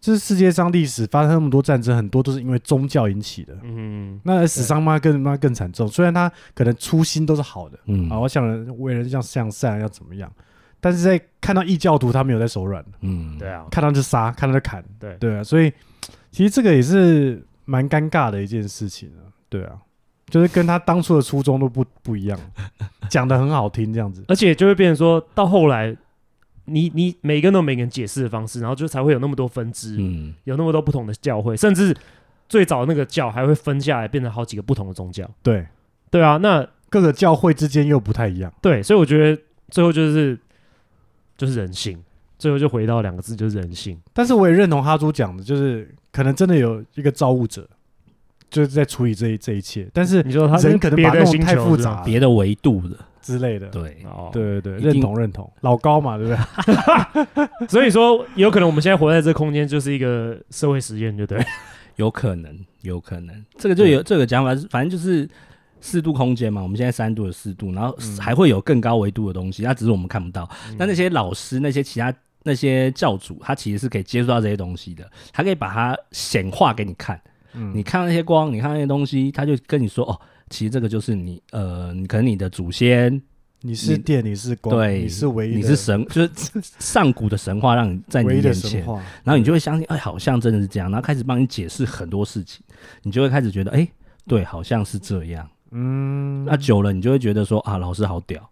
S2: 这世界上历史发生那么多战争，很多都是因为宗教引起的。
S1: 嗯，
S2: 那死伤妈更妈更惨重，虽然他可能初心都是好的，
S3: 嗯，
S2: 啊，我想人为人要向善要怎么样，但是在看到异教徒他没有在手软，
S3: 嗯，
S1: 对，啊，
S2: 看到就杀，看到就砍，
S1: 对
S2: 对啊，所以其实这个也是蛮尴尬的一件事情啊，对啊，就是跟他当初的初衷都不不一
S3: (laughs)
S2: 样，讲的很好听这样子，
S1: 而且就会变成说到后来，你你每个人都有每个人解释的方式，然后就才会有那么多分支，
S3: 嗯，
S1: 有那么多不同的教会，甚至最早那个教还会分下来变成好几个不同的宗教。
S2: 对，
S1: 对啊，那
S2: 各个教会之间又不太一样，
S1: 对，所以我觉得最后就是就是人性，最后就回到两个字，就是人性。
S2: 但是我也认同哈猪讲的，就是可能真的有一个造物者，就是在处理这一这一切，但是
S1: 你说他
S2: 人可能
S1: 别
S2: 把
S1: 的
S2: 弄
S1: 星
S2: 太
S1: 球
S2: 复
S1: 是吧
S2: 杂
S3: 别的维度的，
S2: 之类的。
S3: 对，
S1: 哦，
S2: 对对对，
S3: 一
S2: 认
S3: 定
S2: 同认同，老高嘛，对不对？
S1: 所以说有可能我们现在活在这空间就是一个社会实验，就对了。
S3: 有可能，有可能，这个就有这个讲法是，反正就是四度空间嘛，我们现在三度的四度，然后
S2: 嗯
S3: 还会有更高维度的东西，那只是我们看不到。那那些老师，那些其他那些教主，他其实是可以接触到这些东西的，他可以把它显化给你看。
S2: 嗯
S3: 你看那些光，你看那些东西，他就跟你说哦，其实这个就是你呃，你可能你的祖先，
S2: 你是
S3: 你
S2: 电，你是光，
S3: 对，
S2: 你是唯一的，
S3: 你是神， (laughs) 就是上古的神话，让你在你
S2: 唯一
S3: 面
S2: 的神
S3: 前，
S2: 话。
S3: 然后你就会相信，哎，好像真的是这样，然后开始帮你解释很多事情，你就会开始觉得，哎，对，好像是这样。
S2: 嗯，
S3: 那久了，你就会觉得说啊，老师好屌。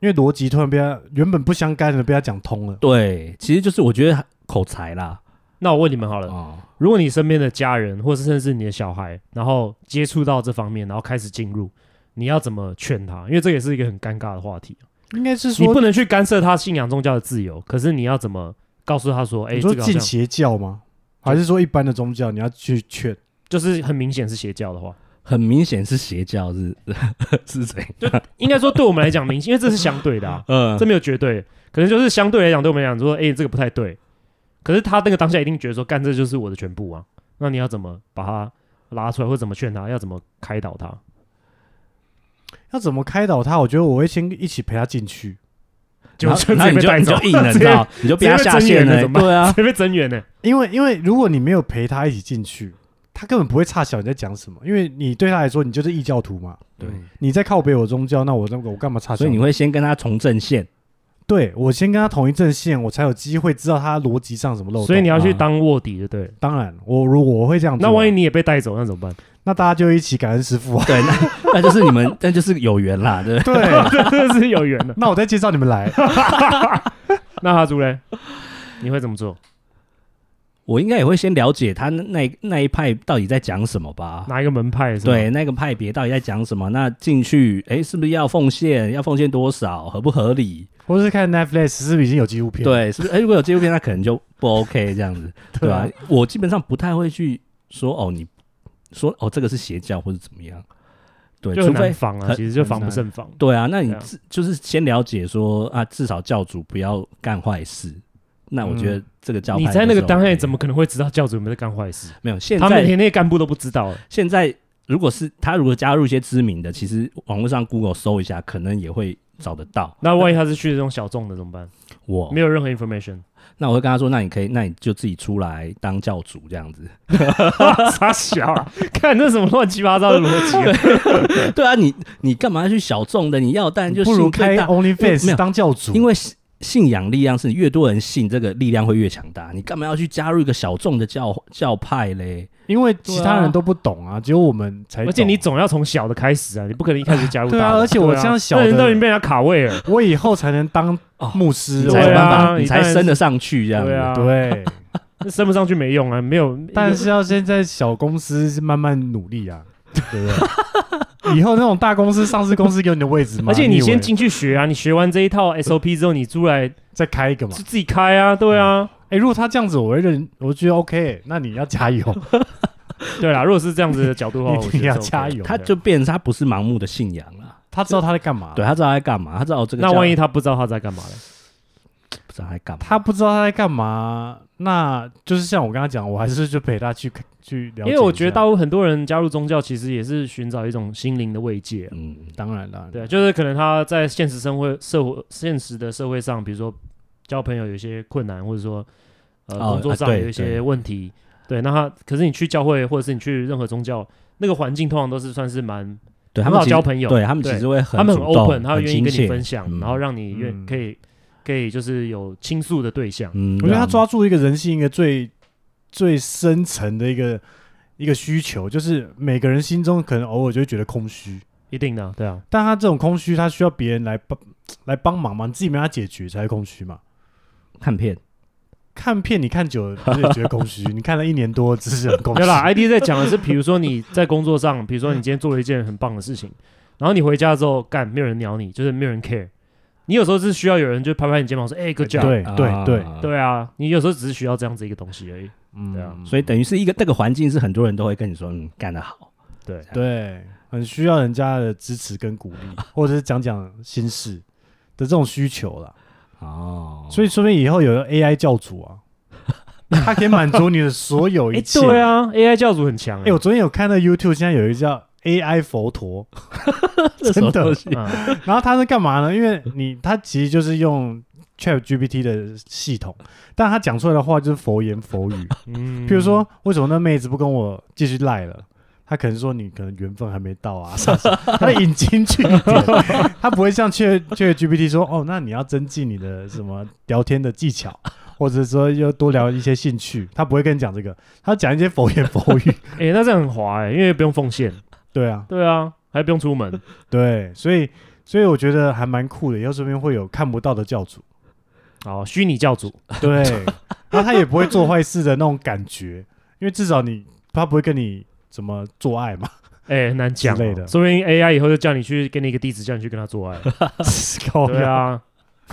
S2: 因为逻辑突然被他原本不相干的被他讲通了。
S3: 对，其实就是我觉得口才啦，
S1: 那我问你们好了，
S3: 哦，
S1: 如果你身边的家人，或是甚至你的小孩，然后接触到这方面，然后开始进入，你要怎么劝他？因为这也是一个很尴尬的话题。
S2: 应该是
S1: 你
S2: 说
S1: 不，能去干涉他信仰宗教的自由，可是你要怎么告诉他说，哎、
S2: 你
S1: 这
S2: 说
S1: 个好像
S2: 进邪教吗？还是说一般的宗教？你要去劝？
S1: 就是很明显是邪教的话，
S3: 很明显是邪教是 (laughs) 是谁？
S1: 应该说对我们来讲明显，因为这是相对的
S2: (laughs)
S1: 啊，
S3: 嗯
S1: 这没有绝对，可能就是相对来讲对我们来讲说，哎、这个不太对。可是他那个当下一定觉得说，干这就是我的全部啊。那你要怎么把他拉出来，或怎么劝他，要怎么开导他？
S2: 要怎么开导他？我觉得我会先一起陪他进去。
S1: 就
S3: 然后然后你就你就硬
S1: (laughs)
S3: 了，你知道，你就被他
S1: 直接被
S3: 下
S1: 睁
S3: 线
S1: 眼了
S3: 了，
S1: 怎么办 (laughs)
S3: 对啊，
S1: 随便增援欸呢？
S2: 因为因为如果你没有陪他一起进去，他根本不会差小你在讲什么，因为你对他来说你就是异教徒嘛，
S3: 对，
S2: 你在靠北我宗教，那我那个我干嘛差小？
S3: 所以你会先跟他重阵线，
S2: 对我先跟他同一阵线，我才有机会知道他逻辑上什么漏洞。
S1: 所以你要去
S3: 啊
S1: 当卧底，就对了。
S2: 当然，我如果我会这样做，啊
S1: 那万一你也被带走，那怎么办？
S2: 那大家就一起感恩师傅啊。
S3: 对，那那就是你们，那就是有缘啦，对不对。
S1: (laughs)
S3: 啊
S2: 对，
S1: 这真的是有缘的。
S2: 那我再介绍你们来。
S1: 那哈族嘞，你会怎么做？
S3: 我应该也会先了解他那那那一派到底在讲什么吧。
S1: 哪一个门派是吗？
S3: 对，那个派别到底在讲什么？那进去，哎，是不是要奉献？要奉献多少？合不合理？
S2: 我是看 Netflix 是不是已经有纪录片？，
S3: 对，是不是？哎，如果有纪录片，那可能就不 OK 这样子，对
S2: 啊
S3: 啊吧、我基本上不太会去说哦，你说哦，这个是邪教或者怎么样，对，
S1: 就很
S3: 除
S1: 难
S3: 非
S1: 防啊，
S3: 很
S1: 其实就
S2: 很
S1: 防不
S2: 难
S1: 胜防。
S3: 对啊，那你
S1: 对啊
S3: 自、就是先了解说啊，至少教主不要干坏事。那我觉得这个教派
S1: 你
S3: 就是 OK 的、
S1: 在那个当下，怎么可能会知道教主有没有在干坏事？
S3: 没有？现
S1: 他们
S3: 在
S1: 连那些干部都不知道。
S3: 现在如果是他如果加入一些知名的，其实网络上 Google 搜一下，可能也会找得到。
S1: 那万一他是去这种小众的怎么办？
S3: 我
S1: 没有任何 information， (laughs)
S3: 那我会跟他说，那你可以，那你就自己出来当教主这样子。 (laughs)
S1: 傻小啊， (laughs) 看这什么乱七八糟的逻辑啊！
S3: 对啊，你你干嘛去小众的？你要当然就
S2: 不如
S3: 信最
S2: 开
S3: 大，没
S2: OnlyFans
S3: 有
S2: 当教主，
S3: 因为信信仰力量是越多人信，这个力量会越强大。你干嘛要去加入一个小众的教教派嘞？
S2: 因为其他人都不懂啊，只有我们才懂。
S1: 而且你总要从小的开始啊，你不可能一开始加入大的。
S2: 对啊而且我
S1: 对啊
S2: 这样小
S1: 那人
S2: 的
S1: 都已经被人家卡位了。 (laughs)
S2: 我以后才能当
S3: 哦
S2: 牧师，
S3: 你
S1: 对
S3: 才有
S1: 啊
S3: 办法，你
S1: 你当
S3: 才
S1: 然是
S3: 升得上去这样子。
S1: 对啊，
S2: 对，
S3: (laughs)
S1: 那升不上去没用啊，没有。
S2: 但是要先在小公司慢慢努力啊，对不对？以后那种大公司、上市公司有你的位置吗？
S1: 而且
S2: 你
S1: 你
S2: 以为
S1: 先进去学啊，你学完这一套 SOP 之后，你出来
S2: 再开一个嘛
S1: 就。自己开啊，对啊，
S2: 哎，如果他这样子，我会认，我觉得 OK。那你要加
S3: (laughs)
S2: 油，
S1: 对啦。如果是这样子的角
S2: (laughs)
S1: 度的话，我
S2: 一
S1: 觉
S2: 定
S1: 得
S2: 要
S1: 是 OK
S2: 加油。
S3: 他就变成他不是盲目的信仰了，
S2: 他知道他在干嘛，
S3: 对，他知道他在干嘛，他知道哦这个
S1: 那
S3: 教
S1: 万一他不知道他在干嘛呢？
S3: 不知道他在干嘛，
S2: 他不知道他在干嘛，那就是像我刚刚讲，我还是就陪他去去了解一下。
S1: 因为我觉得大部分很多人加入宗教，其实也是寻找一种心灵的慰藉啊、
S3: 嗯，
S2: 当然了，
S1: 对啊，就是可能他在现实生活、社会、现实的社会上，比如说交朋友有一些困难，或者说呃、
S3: 哦
S1: 工作上
S3: 啊对
S1: 有一些
S3: 对
S1: 问题，对，那他可是你去教会或者是你去任何宗教，那个环境通常都是算是蛮
S3: 对他
S1: 很
S3: 们
S1: 好
S3: 其实
S1: 交朋友，
S3: 对他们其实会很
S1: 他们
S3: 主
S1: 很
S3: 动
S1: open，他
S3: 很
S1: 愿意跟
S3: 亲
S1: 你
S3: 切
S1: 分享，
S3: 嗯
S1: 然后让你愿
S2: 嗯
S1: 可以可以就是有倾诉的对象。
S3: 嗯，
S2: 我觉得他
S3: 对啊
S2: 抓住一个人性一个最最深层的一个一个需求，就是每个人心中可能偶尔就会觉得空虚，
S1: 一定的，对啊，
S2: 但他这种空虚，他需要别人来帮来帮忙嘛，你自己没办法解决才会空虚嘛。
S3: 看片，
S2: 看片你看久了不是也觉得空虚？你看了一年多，哦只是很空
S1: (laughs)
S2: 虚
S1: 对。啦，ID 哎在讲的是，比如说你在工作上，比如说你今天做了一件很棒的事
S2: (laughs)
S1: 情，然后你回家之后，干没有人鸟你，就是没有人 care。你有时候是需要有人就拍拍你肩膀说，哎、g o o d job。
S2: 对对对，
S1: 对啊，你有时候只是需要这样子一个东西而已。对啊
S2: 嗯，
S3: 所以等于是一个那个环境是很多人都会跟你说，嗯，干得好，
S1: 对，
S2: 哎对很需要人家的支持跟鼓励，或者是讲讲心事的这种需求啦。
S3: 哦，
S2: 所以说明以后有 AI 教主啊，他可以满足你的所有
S1: 哎、
S2: 一切。
S1: 对啊，AI 教主很强、
S2: 哎、
S1: 哎、
S2: 我昨天有看到 YouTube，现在有一个叫 AI 佛陀，
S3: 这什么
S2: 真的
S3: 东西
S1: 嗯
S2: 然后他是干嘛呢？因为你他其实就是用 Chat GPT 的系统，但他讲出来的话就是佛言佛语。 (laughs)
S1: 嗯
S2: 譬如说，为什么那妹子不跟我继续赖了？他可能说你可能缘分还没到啊， (laughs) 啥啥他引经据典，他不会像确确 GPT 说哦，那你要增进你的什么聊天的技巧，或者说要多聊一些兴趣，他不会跟你讲这个，他讲一些佛言佛语。 (laughs)
S1: 哎、那这样很滑哎、因为不用奉献，
S2: 对啊，
S1: 对啊，还不用出门，
S2: 对，所以所以我觉得还蛮酷的，以后这边会有看不到的教主，
S1: 哦，虚拟教主，
S2: 对，然后他也不会做坏事的那种感觉，因为至少你他不会跟你怎么做爱嘛，
S1: 哎、很难讲、
S2: 之类
S1: 哦，
S2: 的
S1: 说不定 AI 以后就叫你去给你一个地址，叫你去跟他做爱，
S2: 搞
S1: 对啊，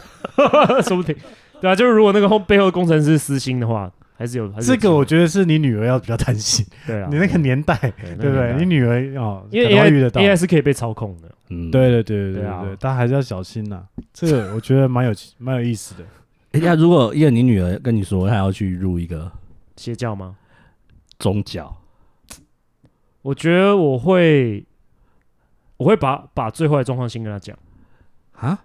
S1: (laughs) 说不定，对啊，就是如果那个后背后的工程师私心的话，还是有，还是有
S2: 这个我
S1: 机
S2: 觉得是你女儿要比较担心，
S1: 会 (laughs) 对啊，
S2: 你那个年代，
S1: 对
S2: 对不对？你女儿哦，
S1: 因
S2: 可
S1: 为
S2: 能会
S1: AI
S2: 遇得到。
S1: AI 是可以被操控的，
S3: 嗯，
S2: 对对对对
S1: 对啊
S2: 对，但还是要小心呐。这个我觉得蛮有蛮有意思
S1: (laughs)
S2: 的。
S3: 诶。哎那如果因为你女儿跟你说她要去入一个
S1: 邪教吗？
S3: 宗教，
S1: 我觉得我会，我会把把最坏的状况先跟他讲，
S3: 啊？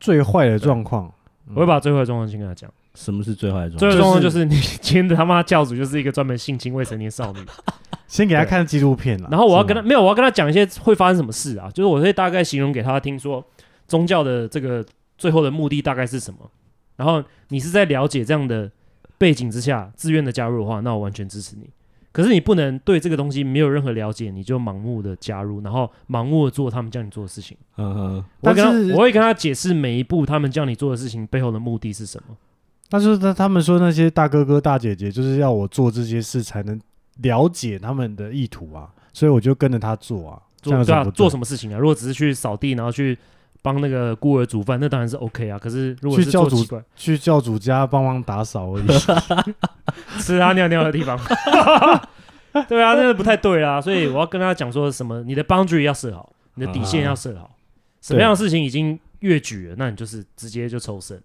S2: 最坏的状况，嗯啊
S1: 我会把最坏的状况先跟他讲。
S3: 什么是最坏的
S1: 最坏
S3: 状态
S1: 的？状况就是你 (laughs) 今天的他妈教主就是一个专门性侵未成年少女，
S2: 先给她看纪录片了。
S1: 然后我要
S2: 是
S1: 跟他
S2: 吗
S1: 没有，我要跟他讲一些会发生什么事啊，就是我会大概形容给他听说宗教的这个最后的目的大概是什么。然后你是在了解这样的背景之下自愿的加入的话，那我完全支持你。可是你不能对这个东西没有任何了解，你就盲目的加入，然后盲目的做他们叫你做的事情。
S3: 嗯哼，
S1: 我会跟
S2: 但是
S1: 他，我会跟他解释每一步他们叫你做的事情背后的目的是什么。
S2: 但是他他们说那些大哥哥大姐姐就是要我做这些事才能了解他们的意图啊，所以我就跟着他做啊。这样
S1: 做对啊，做什
S2: 么
S1: 么事情啊？如果只是去扫地，然后去帮那个孤儿煮饭，那当然是 OK 啊。可是如果
S2: 去
S1: 是
S2: 教
S1: 做
S2: 主
S1: 奇怪
S2: 不对？去教主家帮忙打扫
S1: (laughs)
S2: 而已。
S1: 吃他尿尿的地方， (laughs) 对啊，那个不太对啊。所以我要跟他讲说什么，你的 boundary 要设好，你的底线要设
S2: 啊
S1: 好，什么样的事情已经越矩了，那你就是直接就抽身。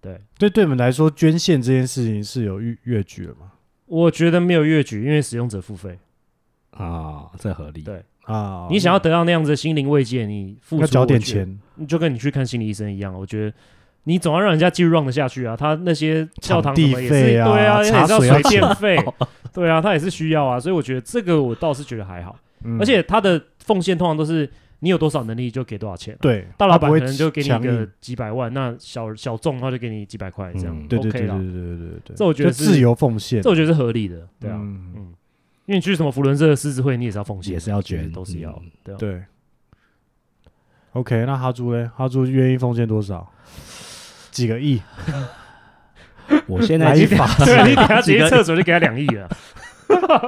S1: 对，
S2: 对对我们来说，捐献这件事情是有越越矩了吗？
S1: 我觉得没有越矩，因为使用者付费，
S3: 啊，这合理。
S1: 对
S2: 啊，
S1: 你想要得到那样子的心灵慰藉，你付出
S2: 要缴点
S1: 我觉得
S2: 钱，
S1: 你就跟你去看心理医生一样，我觉得你总要让人家继续 run 得下去啊。他那些教堂什么也
S2: 场地
S1: 是
S2: 费啊
S1: 对啊，
S2: 茶
S1: 也是要
S2: 水要
S1: 水电
S2: (laughs)
S1: 费，对啊，他也是需要啊。所以我觉得这个我倒是觉得还好，
S2: 嗯
S1: 而且他的奉献通常都是你有多少能力就给多少钱啊、
S2: 对
S1: 大老板
S2: 他不
S1: 可
S2: 会
S1: 能就给你一
S2: 强
S1: 个
S2: 硬
S1: 几百万，那小小众他就给你几百块这样
S3: 嗯，
S2: 对对
S1: OK
S2: 对对
S1: 啦
S2: 对对对对，
S1: 这我觉得
S2: 就是自由奉献，
S1: 这我觉得是合理的，对啊，
S2: 嗯
S1: 嗯，因为你去什么福伦社的狮子会，你也是要奉献，
S3: 也是要
S1: 其实
S3: 捐
S1: 都是要，
S3: 嗯
S1: 对啊，，
S2: 对。OK，那哈猪嘞？哈猪愿意奉献多少？几个亿？
S3: 我现在
S2: 来
S3: 已
S2: 一
S3: 经
S2: 把
S1: 对，啊你等
S2: (laughs)
S1: 下直接厕所就给他两亿了， (laughs)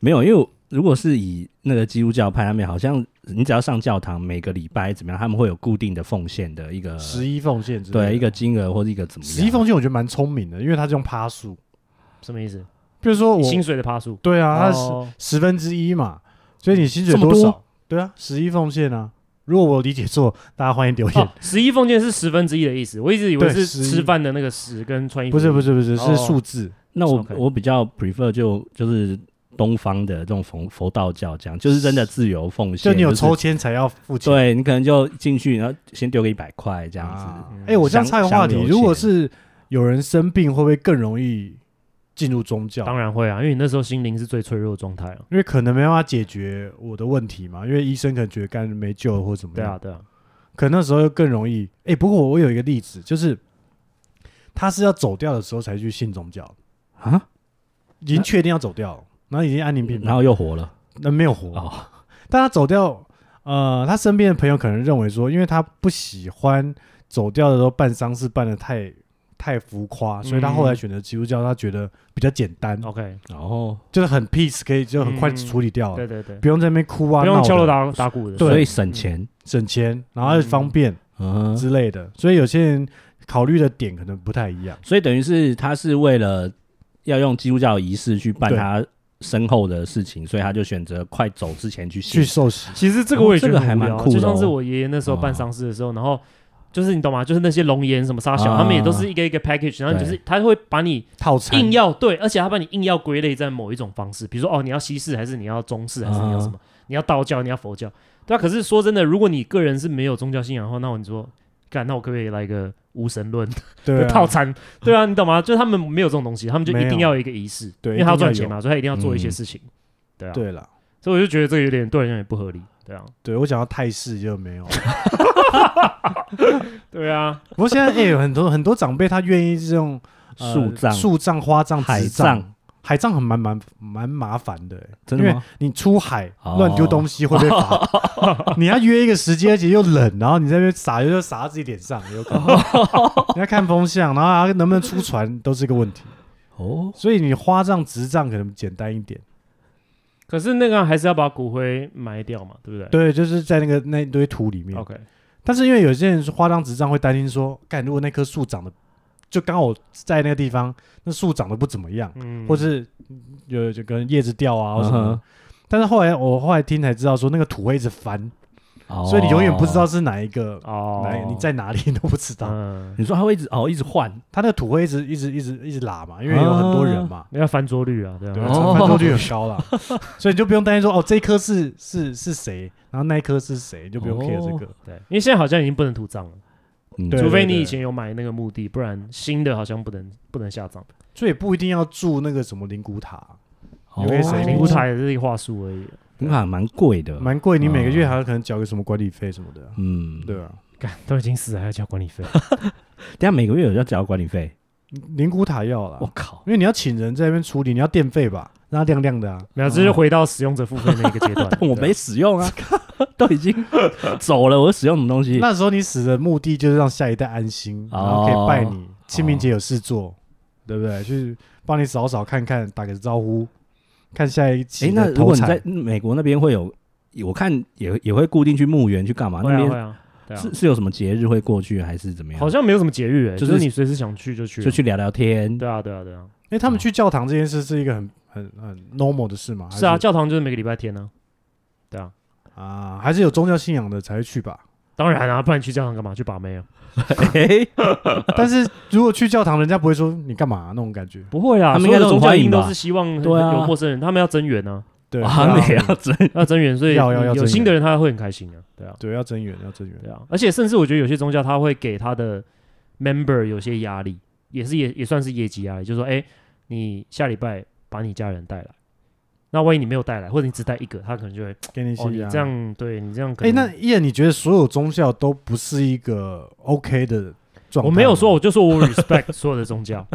S3: 没有，因为如果是以那个基督教派，他们好像你只要上教堂，每个礼拜怎么样，他们会有固定的奉献的一个
S2: 十一奉献之类的
S3: 对一个金额或者一个怎么样
S2: 十一奉献，我觉得蛮聪明的，因为他是用趴数，
S1: 什么意思？
S2: 比如说哦我
S1: 薪水的趴数。
S2: 对啊，他是
S1: 哦
S2: 十分之一嘛，所以你薪水
S3: 这么
S2: 多
S3: 多
S2: 少？对啊，十一奉献啊。如果我理解错，大家欢迎留言
S1: 哦。，十一奉献是十分之一的意思，我一直以为
S2: 对
S1: 是
S2: 11
S1: 吃饭的那个十跟穿衣服
S2: 不是不是不是，
S1: 哦
S2: 是数字。
S3: 那我
S1: OK
S3: 我比较 prefer 就就是东方的这种佛佛道教这样，就是真的自由奉献，
S2: 就你有
S3: 是
S2: 抽签才要付钱。
S3: 对你可能就进去，然后先丢个一百块这样子。
S2: 啊
S1: 嗯
S2: 哎、我这样插
S3: 想
S2: 个话题
S3: 想，有
S2: 如果
S3: 钱
S2: 是有人生病，会不会更容易进入宗教？
S1: 当，然会啊，因为你那时候心灵是最脆弱的状态啊。
S2: 因为可能没办法解决我的问题嘛，因为医生可能觉得肝没救了或怎么
S1: 对
S2: 样。
S1: 啊，对啊，
S2: 可那时候又更容易。哎、不过我有一个例子，就是他是要走掉的时候才去信宗教，
S3: 啊，
S2: 已经确定要走掉了，然后已经安宁病
S3: 然
S2: 房，
S3: 后又活了
S2: 那没有活。
S3: 哦，
S2: 但他走掉，呃，他身边的朋友可能认为说，因为他不喜欢走掉的时候办丧事办的太太浮夸，所以他后
S1: 嗯
S2: 来选择基督教，他觉得比较简单，
S1: OK，
S3: 然后
S2: 就是很 peace，可以就很快
S1: 哦嗯
S2: 处理掉了，
S1: 对对对，
S2: 不用在那边哭啊，
S1: 不用
S2: 闹的
S1: 敲锣打打鼓的。
S2: 对
S3: 所以省钱，
S2: 省钱，然后又方便
S3: 嗯哼，
S2: 之类的，所以有些人考虑的点可能不太一样。
S3: 所以等于是他是为了要用基督教仪式去办
S2: 对
S3: 他身后的事情，所以他就选择快走之前去
S2: 去
S3: 信。
S2: 受洗，
S1: 其实这个我也觉
S3: 哦这
S1: 得
S3: 个还
S1: 很无
S3: 蛮
S1: 聊啊
S3: 酷的哦
S1: 就像是我爷爷那时候办丧事的时候，然后就是你懂吗？就是那些龙岩什么沙小，
S3: 啊
S1: 他们也都是一个一个 package，然后你就是他会把你
S2: 套餐
S1: 硬要对，而且他把你硬要归类在某一种方式，比如说哦，你要西式还是你要中式还是你要
S3: 啊
S1: 什么？你要道教，你要佛教，对啊。可是说真的，如果你个人是没有宗教信仰的话，那我你说干，那我可不可以来一个无神论
S2: 对
S1: 的 (laughs)
S2: 啊
S1: 套餐？对啊，你懂吗？就是他们没有这种东西，他们就
S2: 没
S1: 一
S2: 有
S1: 定要有一个仪式，
S2: 对
S1: 因为他要赚
S2: 一定
S1: 钱
S2: 要
S1: 嘛，所以他一定要做
S3: 嗯
S1: 一些事情，对啊。
S2: 对了，
S1: 所以我就觉得这个有点对人也不合理，对啊，
S2: 对我讲到泰式就没有。
S1: 对啊，
S2: 不过现在哎、有很多很多长辈他愿意是用呃
S3: 树葬
S2: 树葬、花葬、
S3: 海
S2: 纸
S3: 葬，
S2: 海葬很蛮蛮蛮麻烦的、欸，
S3: 真的吗？
S2: 你出海
S3: 哦
S2: 乱丢东西会被罚，
S3: (laughs)
S2: 你要约一个时间，而且又冷，然后你在那边撒，又撒到自己脸上，有
S3: (laughs)
S2: 可能。你要看风向，然后还要能不能出船都是个问题。
S3: 哦，
S2: 所以你花葬、直葬可能简单一点。
S1: 可是那个还是要把骨灰埋掉嘛，对不对？
S2: 对，就是在那个那一堆土里面。
S1: o k
S2: 但是因为有些人是花葬、直葬会担心说，干如果那棵树长得就刚好在那个地方，那树长得不怎么样，
S1: 嗯，
S2: 或是有就跟叶子掉啊或什么的。
S3: 嗯哼
S2: 但是后来我后来听才知道说，那个土会一直翻，
S3: 哦
S2: 所以你永远不知道是哪一个
S1: 哦，
S2: 哪一个你在哪里都不知道。
S1: 嗯，
S3: 你说他会一直哦一直换，
S2: 他那个土会一直一直一直一直拉嘛，因为有很多人嘛，
S1: 要翻桌率啊，对
S2: 对，
S1: 啊，
S3: 哦
S2: 传播率很高啦， (laughs) 所以你就不用担心说哦，这一颗是是是谁，然后那一颗是谁，就不用
S3: 哦
S2: care 这个。
S1: 对，因为现在好像已经不能土葬了，
S3: 嗯
S2: 对
S1: 除非你以前有买那个墓地，不然新的好像不能不能下葬，
S2: 所以不一定要住那个什么灵骨塔，
S3: 哦
S2: 有一个谁
S1: 灵骨塔也是一个话术而已。
S3: 灵骨塔蛮贵的，
S2: 蛮贵，你每个月还要可能缴个什么管理费什么的。
S3: 嗯，
S2: 对啊，
S1: 干都已经死了还要交管理费，
S3: 等下每个月有要交管理费，
S2: 灵骨塔要啦
S3: 我，靠，。
S2: 因为你要请人在那边处理，你要电费吧，让它亮亮的啊。
S1: 没有，这就回到使用者付费那一个阶段
S3: 但我没使用啊， (laughs) 都已经走了，我使用什么东西？
S2: 那时候你死的目的就是让下一代安心，
S3: 哦
S2: 然后可以拜你。清明节有事做，对不对？去帮你扫扫看看，打个招呼，看下一期
S3: 诶，那
S2: 的
S3: 如
S2: 头
S3: 果你
S2: 彩。
S3: 在美国那边会有，我看也也会固定去墓园去干嘛？
S1: 会
S3: 那
S1: 啊会
S3: 边
S1: 啊，对啊
S3: 是是有什么节日会过去，还是怎么样？
S1: 好像没有什么节日，哎，
S3: 就
S1: 就是是你随时想去就去，啊
S3: 就。去聊聊天，
S1: 对啊对啊对啊，
S2: 因为他们去教堂这件事是一个很很很 normal 的事嘛，还
S1: 是啊，教堂就是每个礼拜天呢。对啊，
S2: 啊，还是有宗教信仰的才会去吧。 (laughs)
S1: 当然啊，不然你去教堂干嘛？去把妹啊？
S3: 嘿
S2: 但是如果去教堂，人家不会说你干嘛、那种感觉，
S1: 不会啊，
S3: 他们
S1: 所有
S3: 应该
S1: 的
S3: 都很
S1: 宗教
S3: 欢
S1: 一定
S3: 迎吧
S1: 都是希望
S3: 对啊
S1: 有陌生人，他们要增援啊，
S3: (laughs)
S2: 对，
S3: 哇，
S2: 对啊
S3: 那也要真
S1: 要增援，所以
S2: 要要要增
S1: 有
S2: 援
S1: 新的人他会很开心啊。对啊，
S2: 对，要增援，要增援。
S1: 对啊，而且甚至我觉得有些宗教他会给他的 member 有些压力，也是也也算是业绩压力，就是说，哎、你下礼拜把你家人带来，那万一你没有带来，或者你只带一个，他可能就会，
S2: 给你一
S1: 哦，你
S2: 些压
S1: 这样对你这样可
S2: 哎、
S1: 能，
S2: 那叶，你觉得所有宗教都不是一个 OK 的状态？
S1: 我没有说，，我就说我 respect 所有的宗
S2: (laughs)
S1: 教，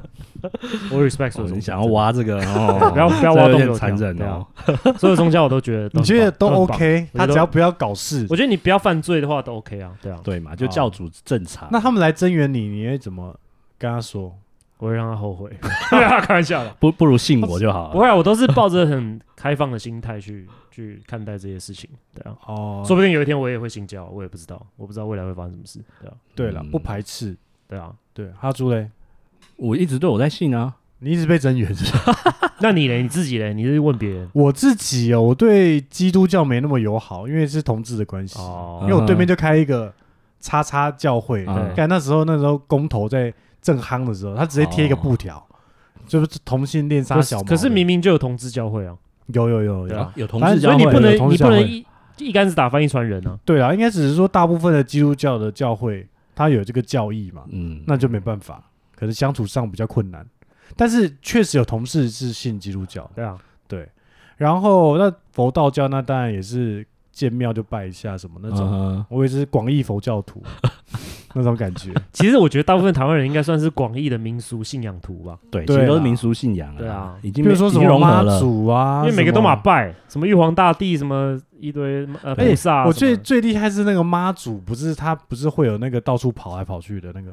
S1: 我 respect 所有宗
S3: 你
S1: 教，，
S3: 想要挖这个哦
S1: (laughs) 不要不要挖洞
S3: 这有
S1: 给
S3: 点
S1: 我跳
S3: 残忍
S1: 对啊
S3: 哦。
S1: 所有宗教我都觉得都很
S2: 你
S1: 棒，
S2: 觉得都
S1: 很棒
S2: OK？
S1: 我觉得
S2: 他
S1: 都
S2: 只要不要搞事，
S1: 我觉得你不要犯罪的话都 OK 啊，对啊，
S3: 对嘛，就教主正常。
S2: 那他们来增援你，你会怎么跟他说？
S1: 我会让他后悔， (laughs) 对啊，开玩笑的。
S3: 不不如信我就好
S1: (laughs) 不
S3: 了。
S1: 会啊，我都是抱着很开放的心态去去看待这些事情，对啊，
S2: 哦，
S1: 说不定有一天我也会信教，我也不知道，我不知道未来会发生什么事，对啊，
S2: 对了，
S3: 嗯
S2: 不排斥。
S1: 对啊，
S2: 对，哈猪嘞，
S3: 我一直对我在信啊，
S2: 你一直被增援是吧
S1: 那你嘞，你自己嘞，你是问别人
S2: (laughs) 我自己哦，我对基督教没那么友好，因为是同志的关系。因
S1: 哦
S2: 为我对面就开一个叉叉教会，
S3: 嗯
S1: 啊
S2: 看那时候那时候公投在正夯的时候，他直接贴一个
S3: 哦
S2: 布条，就是同性恋杀
S1: 可
S2: 小
S1: 是
S2: 毛的。
S1: 可是明明就有同志教会啊，
S2: 有有有
S1: 对
S2: 有
S1: 啊，
S3: 有同
S2: 反
S3: 志
S2: 正
S3: 教
S1: 所以
S3: 会，
S1: 你不能
S2: 有同
S1: 你
S2: 志教
S1: 不
S2: 会
S1: 能一一竿子打翻一船人啊，
S2: 对啊，应该只是说大部分的基督教的教会，它有这个教义嘛，
S3: 嗯，
S2: 那就没办法，可能相处上比较困难。但是确实有同事是信基督教的，
S1: 对啊，
S2: 对。然后那佛道教那当然也是见庙就拜一下什么那种，
S3: 嗯哼
S2: 我也是广义佛教
S3: (laughs)
S2: 徒那种感觉。
S1: 其实我觉得大部分台湾人应该算是广义的民俗信仰徒吧，
S3: 对，其
S2: 对啊
S3: 实都是民俗信仰
S1: 对啊
S3: 已
S2: 比
S3: 经
S2: 如说
S3: 已
S2: 什
S3: 经
S2: 么
S3: 融合
S2: 妈
S3: 了。
S2: 祖啊，
S1: 因为每个
S2: 什
S1: 都
S2: 么哎
S1: 马拜，什么玉皇大帝，什么一堆呃
S3: 对
S1: 菩萨啊什么的，
S2: 我最最厉害是那个妈祖，不是他不是会有那个到处跑来跑去的那个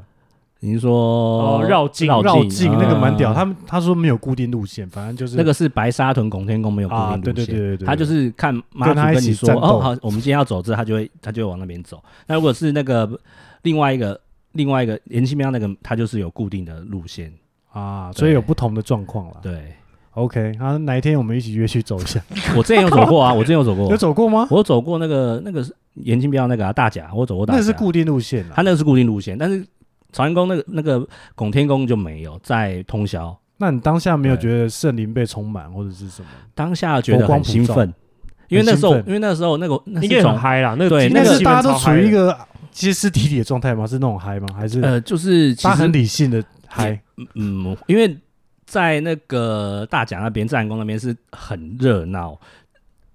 S3: 你是说
S1: 哦绕境
S2: 绕境，那个蛮屌。
S3: 嗯
S2: 他们他说没有固定路线，反正就是
S3: 那个是白沙屯拱天宫没有固定
S2: 啊，
S3: 路
S2: 对对
S3: 线
S2: 对对对，
S3: 他就是看妈祖
S2: 跟他一
S3: 跟
S2: 起
S3: 你说
S2: 战斗
S3: 哦好，我们今天要走这，他就会他就会往那边走。那如果是那个另外一个另外一个延庆庙那个，他就是有固定的路线。
S2: 啊，
S3: 对
S2: 所以有不同的状况啦。
S3: 对
S2: OK，啊，哪一天我们一起约去走一下？ (laughs)
S3: 我之前有走过啊，我之前有走过
S2: 有，走过吗？
S3: 我有走过那个那个严禁标那个、啊、大甲或走过大甲，
S2: 那是固定路线啊
S3: 他
S2: 啦。
S3: 那个是固定路线，但是朝天宫那个那个拱天宫就没有在通宵。
S2: 那你当下没有觉得圣灵被充满或者是什么？
S3: 当下觉得
S2: 佛光
S3: 很
S2: 普照
S3: 兴奋，因为那时候
S2: 很兴奋
S3: 因为那时候那个那
S1: 应该
S3: 是一
S1: 也很
S3: 种
S1: 嗨啦，那个
S3: 对
S1: 气
S3: 哎那
S2: 那
S3: 个
S1: 个
S2: 是
S1: 气氛
S2: 大家都
S1: 超
S2: 处
S1: 嗨的
S2: 于一个歇斯底里的状态吗？是那种嗨吗？还是
S3: 呃，就是其
S2: 大家很
S3: 实
S2: 理性的嗨？
S3: 嗯，因为在那个大甲那边自然宫那边是很热闹，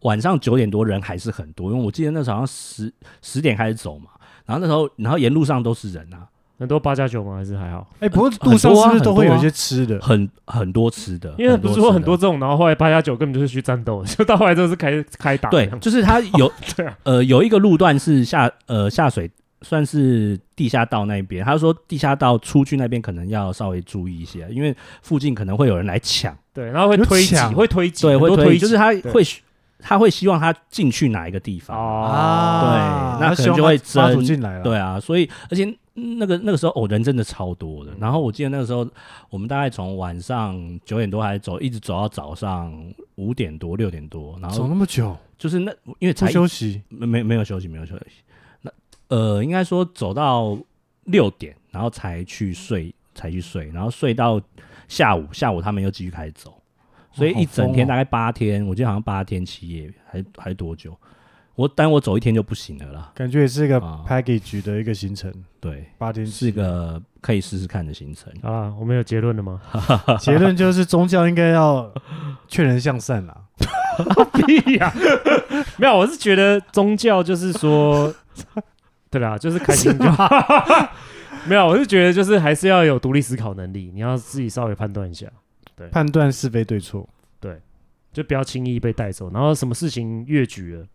S3: 晚上九点多人还是很多，因为我记得那时候好像十十点开始走嘛，然后那时候然后沿路上都是人啊，
S1: 很多八加九吗？还是还好？
S2: 哎，不过路上是不是都会有一些吃的？
S3: 很很多吃的，
S1: 因为不是
S3: 吃
S1: 说
S3: 的
S1: 很多这种，然后后来八加九根本就是去战斗， (laughs) 就到后来都是开开打。
S3: 对， (laughs) 就是它有
S1: 对啊，
S3: 呃有一个路段是下呃下水，算是地下道那边。他说地下道出去那边可能要稍微注意一些，因为附近可能会有人来抢，
S1: 对，然后会
S2: 有
S1: 推挤，
S2: 抢
S1: 会推挤，
S3: 对，
S1: 很
S3: 会
S1: 多
S3: 推，
S1: 推挤，
S3: 就是他
S1: 对
S3: 会他会希望他进去哪一个地方。
S1: 哦，
S3: 啊对那可能就会
S2: 希望他妈祖
S3: 争
S2: 进来了。
S3: 对啊，所以而且那个那个时候哦，人真的超多
S2: 嗯
S3: 的。然后我记得那个时候，我们大概从晚上九点多还走，一直走到早上五点多六点多，然
S2: 走
S3: 后
S2: 那么久
S3: 就是那因为
S2: 不
S3: 才
S2: 休息，
S3: 没没没有休息，没有休息。那呃，应该说走到六点，然后才去睡，才去睡，然后睡到下午，下午他们又继续开始走，所以
S2: 哇
S3: 一整天
S2: 好疯哦
S3: 大概八天，我记得好像八天七夜，还还多久？我但我走一天就不行了啦。
S2: 感觉也是一个
S3: 啊
S2: package 的一个行程，
S3: 对，
S2: 八天七
S3: 是
S2: 夜
S3: 个可以试试看的行程。
S1: 好啦，我们有结论了吗？ (laughs)
S2: 结论就是宗教应该要劝人向善
S3: (laughs)
S2: 啦。
S1: 屁呀，没有，我是觉得宗教就是 (laughs) 说，对啦，就是开心就好。没有，我是觉得就是还是要有独立思考能力，你要自己稍微判断一下，
S2: 判断是非对错，
S1: 就不要轻易被带走。然后什么事情越举了，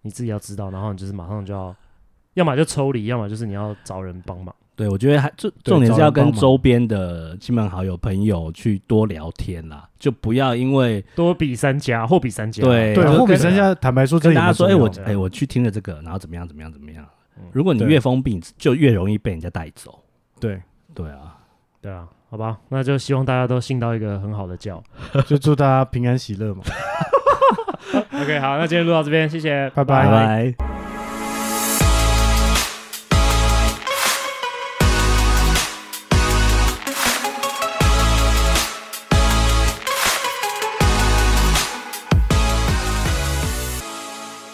S1: 你自己要知道，然后你就是马上就要，要么就抽离，要么就是你要找人帮忙。
S3: 对，我觉得还重重点
S2: 找
S3: 是要
S2: 人帮
S3: 跟
S2: 忙
S3: 周边的亲朋好友、朋友去多聊天啦，就不要因为
S1: 多比三家，货比三家。
S3: 对
S2: 对啊
S3: 就，
S2: 货比
S3: 跟
S2: 三家，坦白说，这
S3: 跟
S2: 也
S3: 大家
S2: 蛮
S3: 说，
S2: 重
S3: 哎、
S2: 要
S3: 我
S2: 的
S3: 哎、我去听了这个，然后怎么样怎么样怎么样
S1: 嗯。
S3: 如果你
S2: 对
S3: 越封闭，就越容易被人家带走。
S2: 对，
S3: 对啊，
S1: 对啊，好吧，那就希望大家都信到一个很好的教。
S2: 就祝大家平安喜乐嘛。
S1: OK，好，那今天录到这边，谢谢，
S2: 拜
S3: 拜
S2: 拜
S3: 拜。